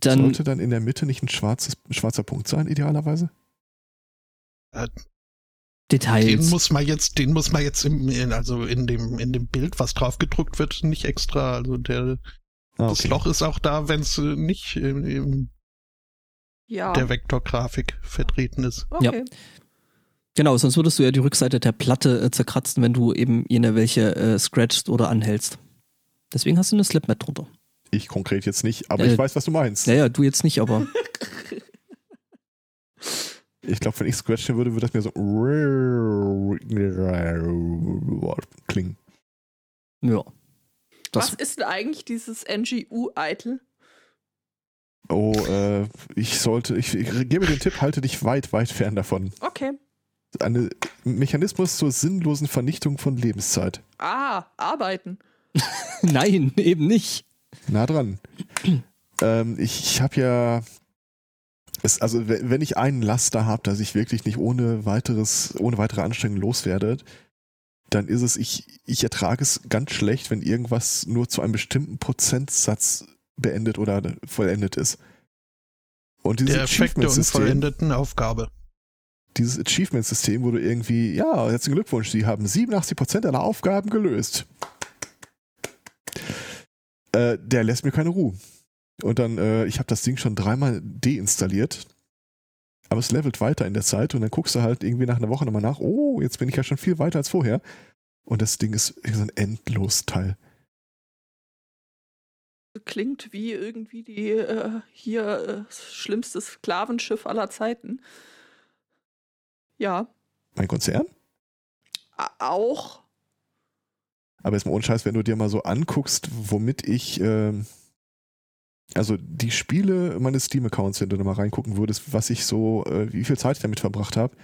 dann
Sollte dann in der Mitte nicht ein schwarzes, ein schwarzer Punkt sein, idealerweise?
Den
Details.
muss man jetzt, den muss man jetzt im, in, also in dem, in dem Bild, was drauf gedruckt wird, nicht extra. Also der,
Ah,
das Loch ist auch da, wenn es nicht in, in
Ja.
der Vektorgrafik vertreten ist.
okay.
Genau, sonst würdest du ja die Rückseite der Platte äh, zerkratzen, wenn du eben jene welche äh, scratchst oder anhältst. Deswegen hast du eine Slipmat drunter.
Ich konkret jetzt nicht, aber
Äh,
ich weiß, was du meinst.
Naja, du jetzt nicht, aber
Ich glaube, wenn ich scratchen würde, würde das mir so <laughs> klingen.
ja.
Was
Das,
ist denn eigentlich dieses NGU-Eitel?
Oh, äh, ich sollte, ich, ich gebe den Tipp, halte dich weit, weit fern davon.
Okay.
Ein Mechanismus zur sinnlosen Vernichtung von Lebenszeit.
Ah, arbeiten.
<laughs> nein, eben nicht.
Nah dran. ähm, ich ich habe ja. Es, also, we- wenn ich einen Laster habe, dass ich wirklich nicht ohne weiteres, ohne weitere Anstrengung loswerde, dann ist es, ich, ich ertrage es ganz schlecht, wenn irgendwas nur zu einem bestimmten Prozentsatz beendet oder vollendet ist. Und dieses
Der Effekt der
Achievement-System,
unvollendeten Aufgabe.
dieses Achievement-System, wo du irgendwie, ja, herzlichen Glückwunsch, Sie haben 87% aller Aufgaben gelöst. Äh, der lässt mir keine Ruhe. Und dann, äh, ich habe das Ding schon dreimal deinstalliert, aber es levelt weiter in der Zeit und dann guckst du halt irgendwie nach einer Woche nochmal nach, oh, jetzt bin ich ja schon viel weiter als vorher. Und das Ding ist so ein Endlos-Teil.
Klingt wie irgendwie die äh, hier äh, schlimmste Sklavenschiff aller Zeiten. Ja,
Mein Konzern?
a- auch.
Aber jetzt mal ohne Scheiß, wenn du dir mal so anguckst, womit ich, ähm, also die Spiele meines Steam-Accounts, wenn du da mal reingucken würdest, was ich so, äh, wie viel Zeit ich damit verbracht habe.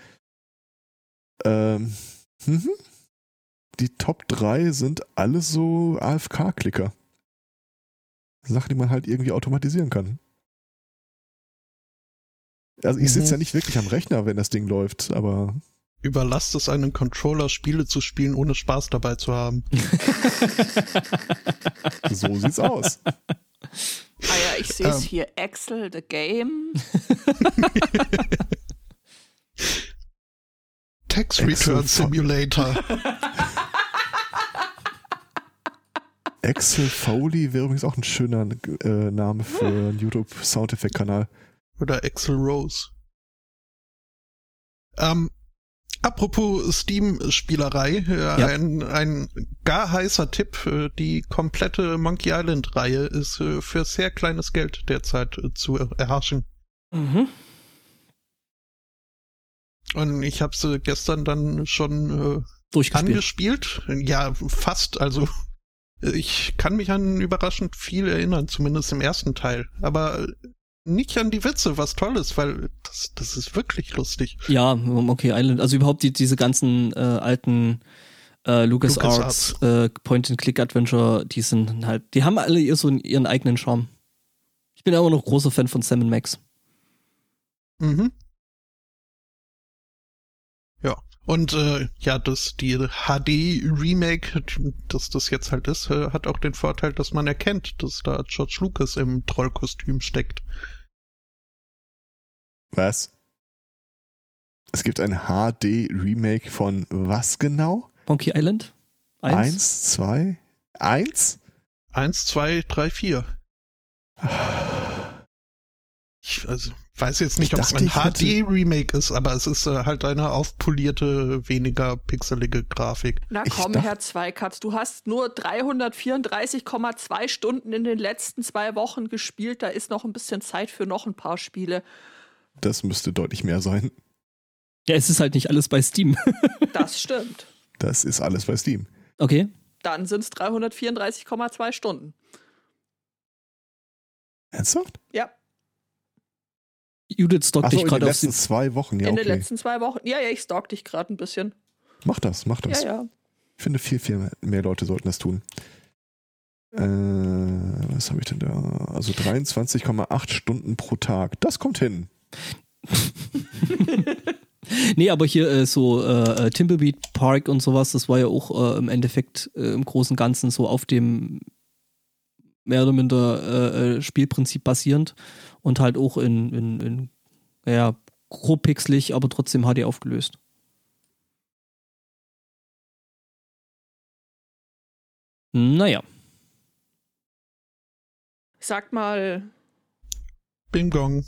Ähm, mhm. Die Top 3 sind alles so AFK-Klicker. Sachen, die man halt irgendwie automatisieren kann. Also ich sitze
Mhm.
ja nicht wirklich am Rechner, wenn das Ding läuft, aber
Überlasst es einem Controller, Spiele zu spielen, ohne Spaß dabei zu haben.
so sieht's aus.
Ah ja, ich sehe es
Ähm.
hier. Excel, the game.
Tax
Excel Fun.
Return Simulator.
Axel Foley wäre übrigens auch ein schöner äh, Name für einen YouTube-Soundeffekt-Kanal.
Oder Axel Rose. Ähm, apropos Steam-Spielerei, äh, ein, ein gar heißer Tipp. äh, Die komplette Monkey Island-Reihe ist äh, für sehr kleines Geld derzeit äh, zu er- erhaschen.
Mhm.
Und ich habe sie gestern dann schon äh,
Durchgespielt.
angespielt. Ja, fast. Also ich kann mich an überraschend viel erinnern, zumindest im ersten Teil. Aber äh, nicht an die Witze, was toll ist, weil das, das ist wirklich lustig.
Ja, Monkey Island. Also überhaupt die, diese ganzen äh, alten äh, LucasArts äh, Point-and-Click-Adventure, die sind halt, die haben alle ihr so ihren eigenen Charme. Ich bin immer noch großer Fan von Sam Max.
Mhm. Ja. Und äh, ja, das die HD-Remake, dass das jetzt halt ist, äh, hat auch den Vorteil, dass man erkennt, dass da George Lucas im Trollkostüm steckt.
Was? Es gibt ein HD-Remake von was genau?
Monkey Island?
Eins, zwei, eins?
Eins, zwei, drei, vier. Ich also, weiß jetzt nicht,
Ich
ob es
dachte,
ein
ich hätte-
HD-Remake ist, aber es ist äh, halt eine aufpolierte, weniger pixelige Grafik.
Na
Ich
komm,
dacht-
Herr Zweikatz, du hast nur 334,2 Stunden in den letzten zwei Wochen gespielt. Da ist noch ein bisschen Zeit für noch ein paar Spiele.
Das müsste deutlich mehr sein.
Ja, es ist halt nicht alles bei Steam. <laughs>
<laughs>
Das stimmt.
Das ist alles bei Steam.
Okay.
Dann sind es 334,2 Stunden.
Ernsthaft?
Ja,
Judith stockt
Achso,
dich
in den
gerade auf
letzten
Steam.
zwei Wochen, ja,
in den
okay.
letzten zwei Wochen. Ja, ja, ich stalk dich gerade ein bisschen.
Mach das, mach das.
Ja, ja.
Ich finde, viel, viel mehr Leute sollten das tun. Äh, was habe ich denn da? Also 23,8 Stunden pro Tag. Das kommt hin.
Nee, aber hier äh, so äh, äh, Timblebeat Park und sowas, das war ja auch äh, im Endeffekt äh, im Großen und Ganzen so auf dem mehr oder minder äh, äh, Spielprinzip basierend und halt auch in, in, in ja, grob pixelig, aber trotzdem HD aufgelöst. Naja,
Sag mal,
Bing Gong.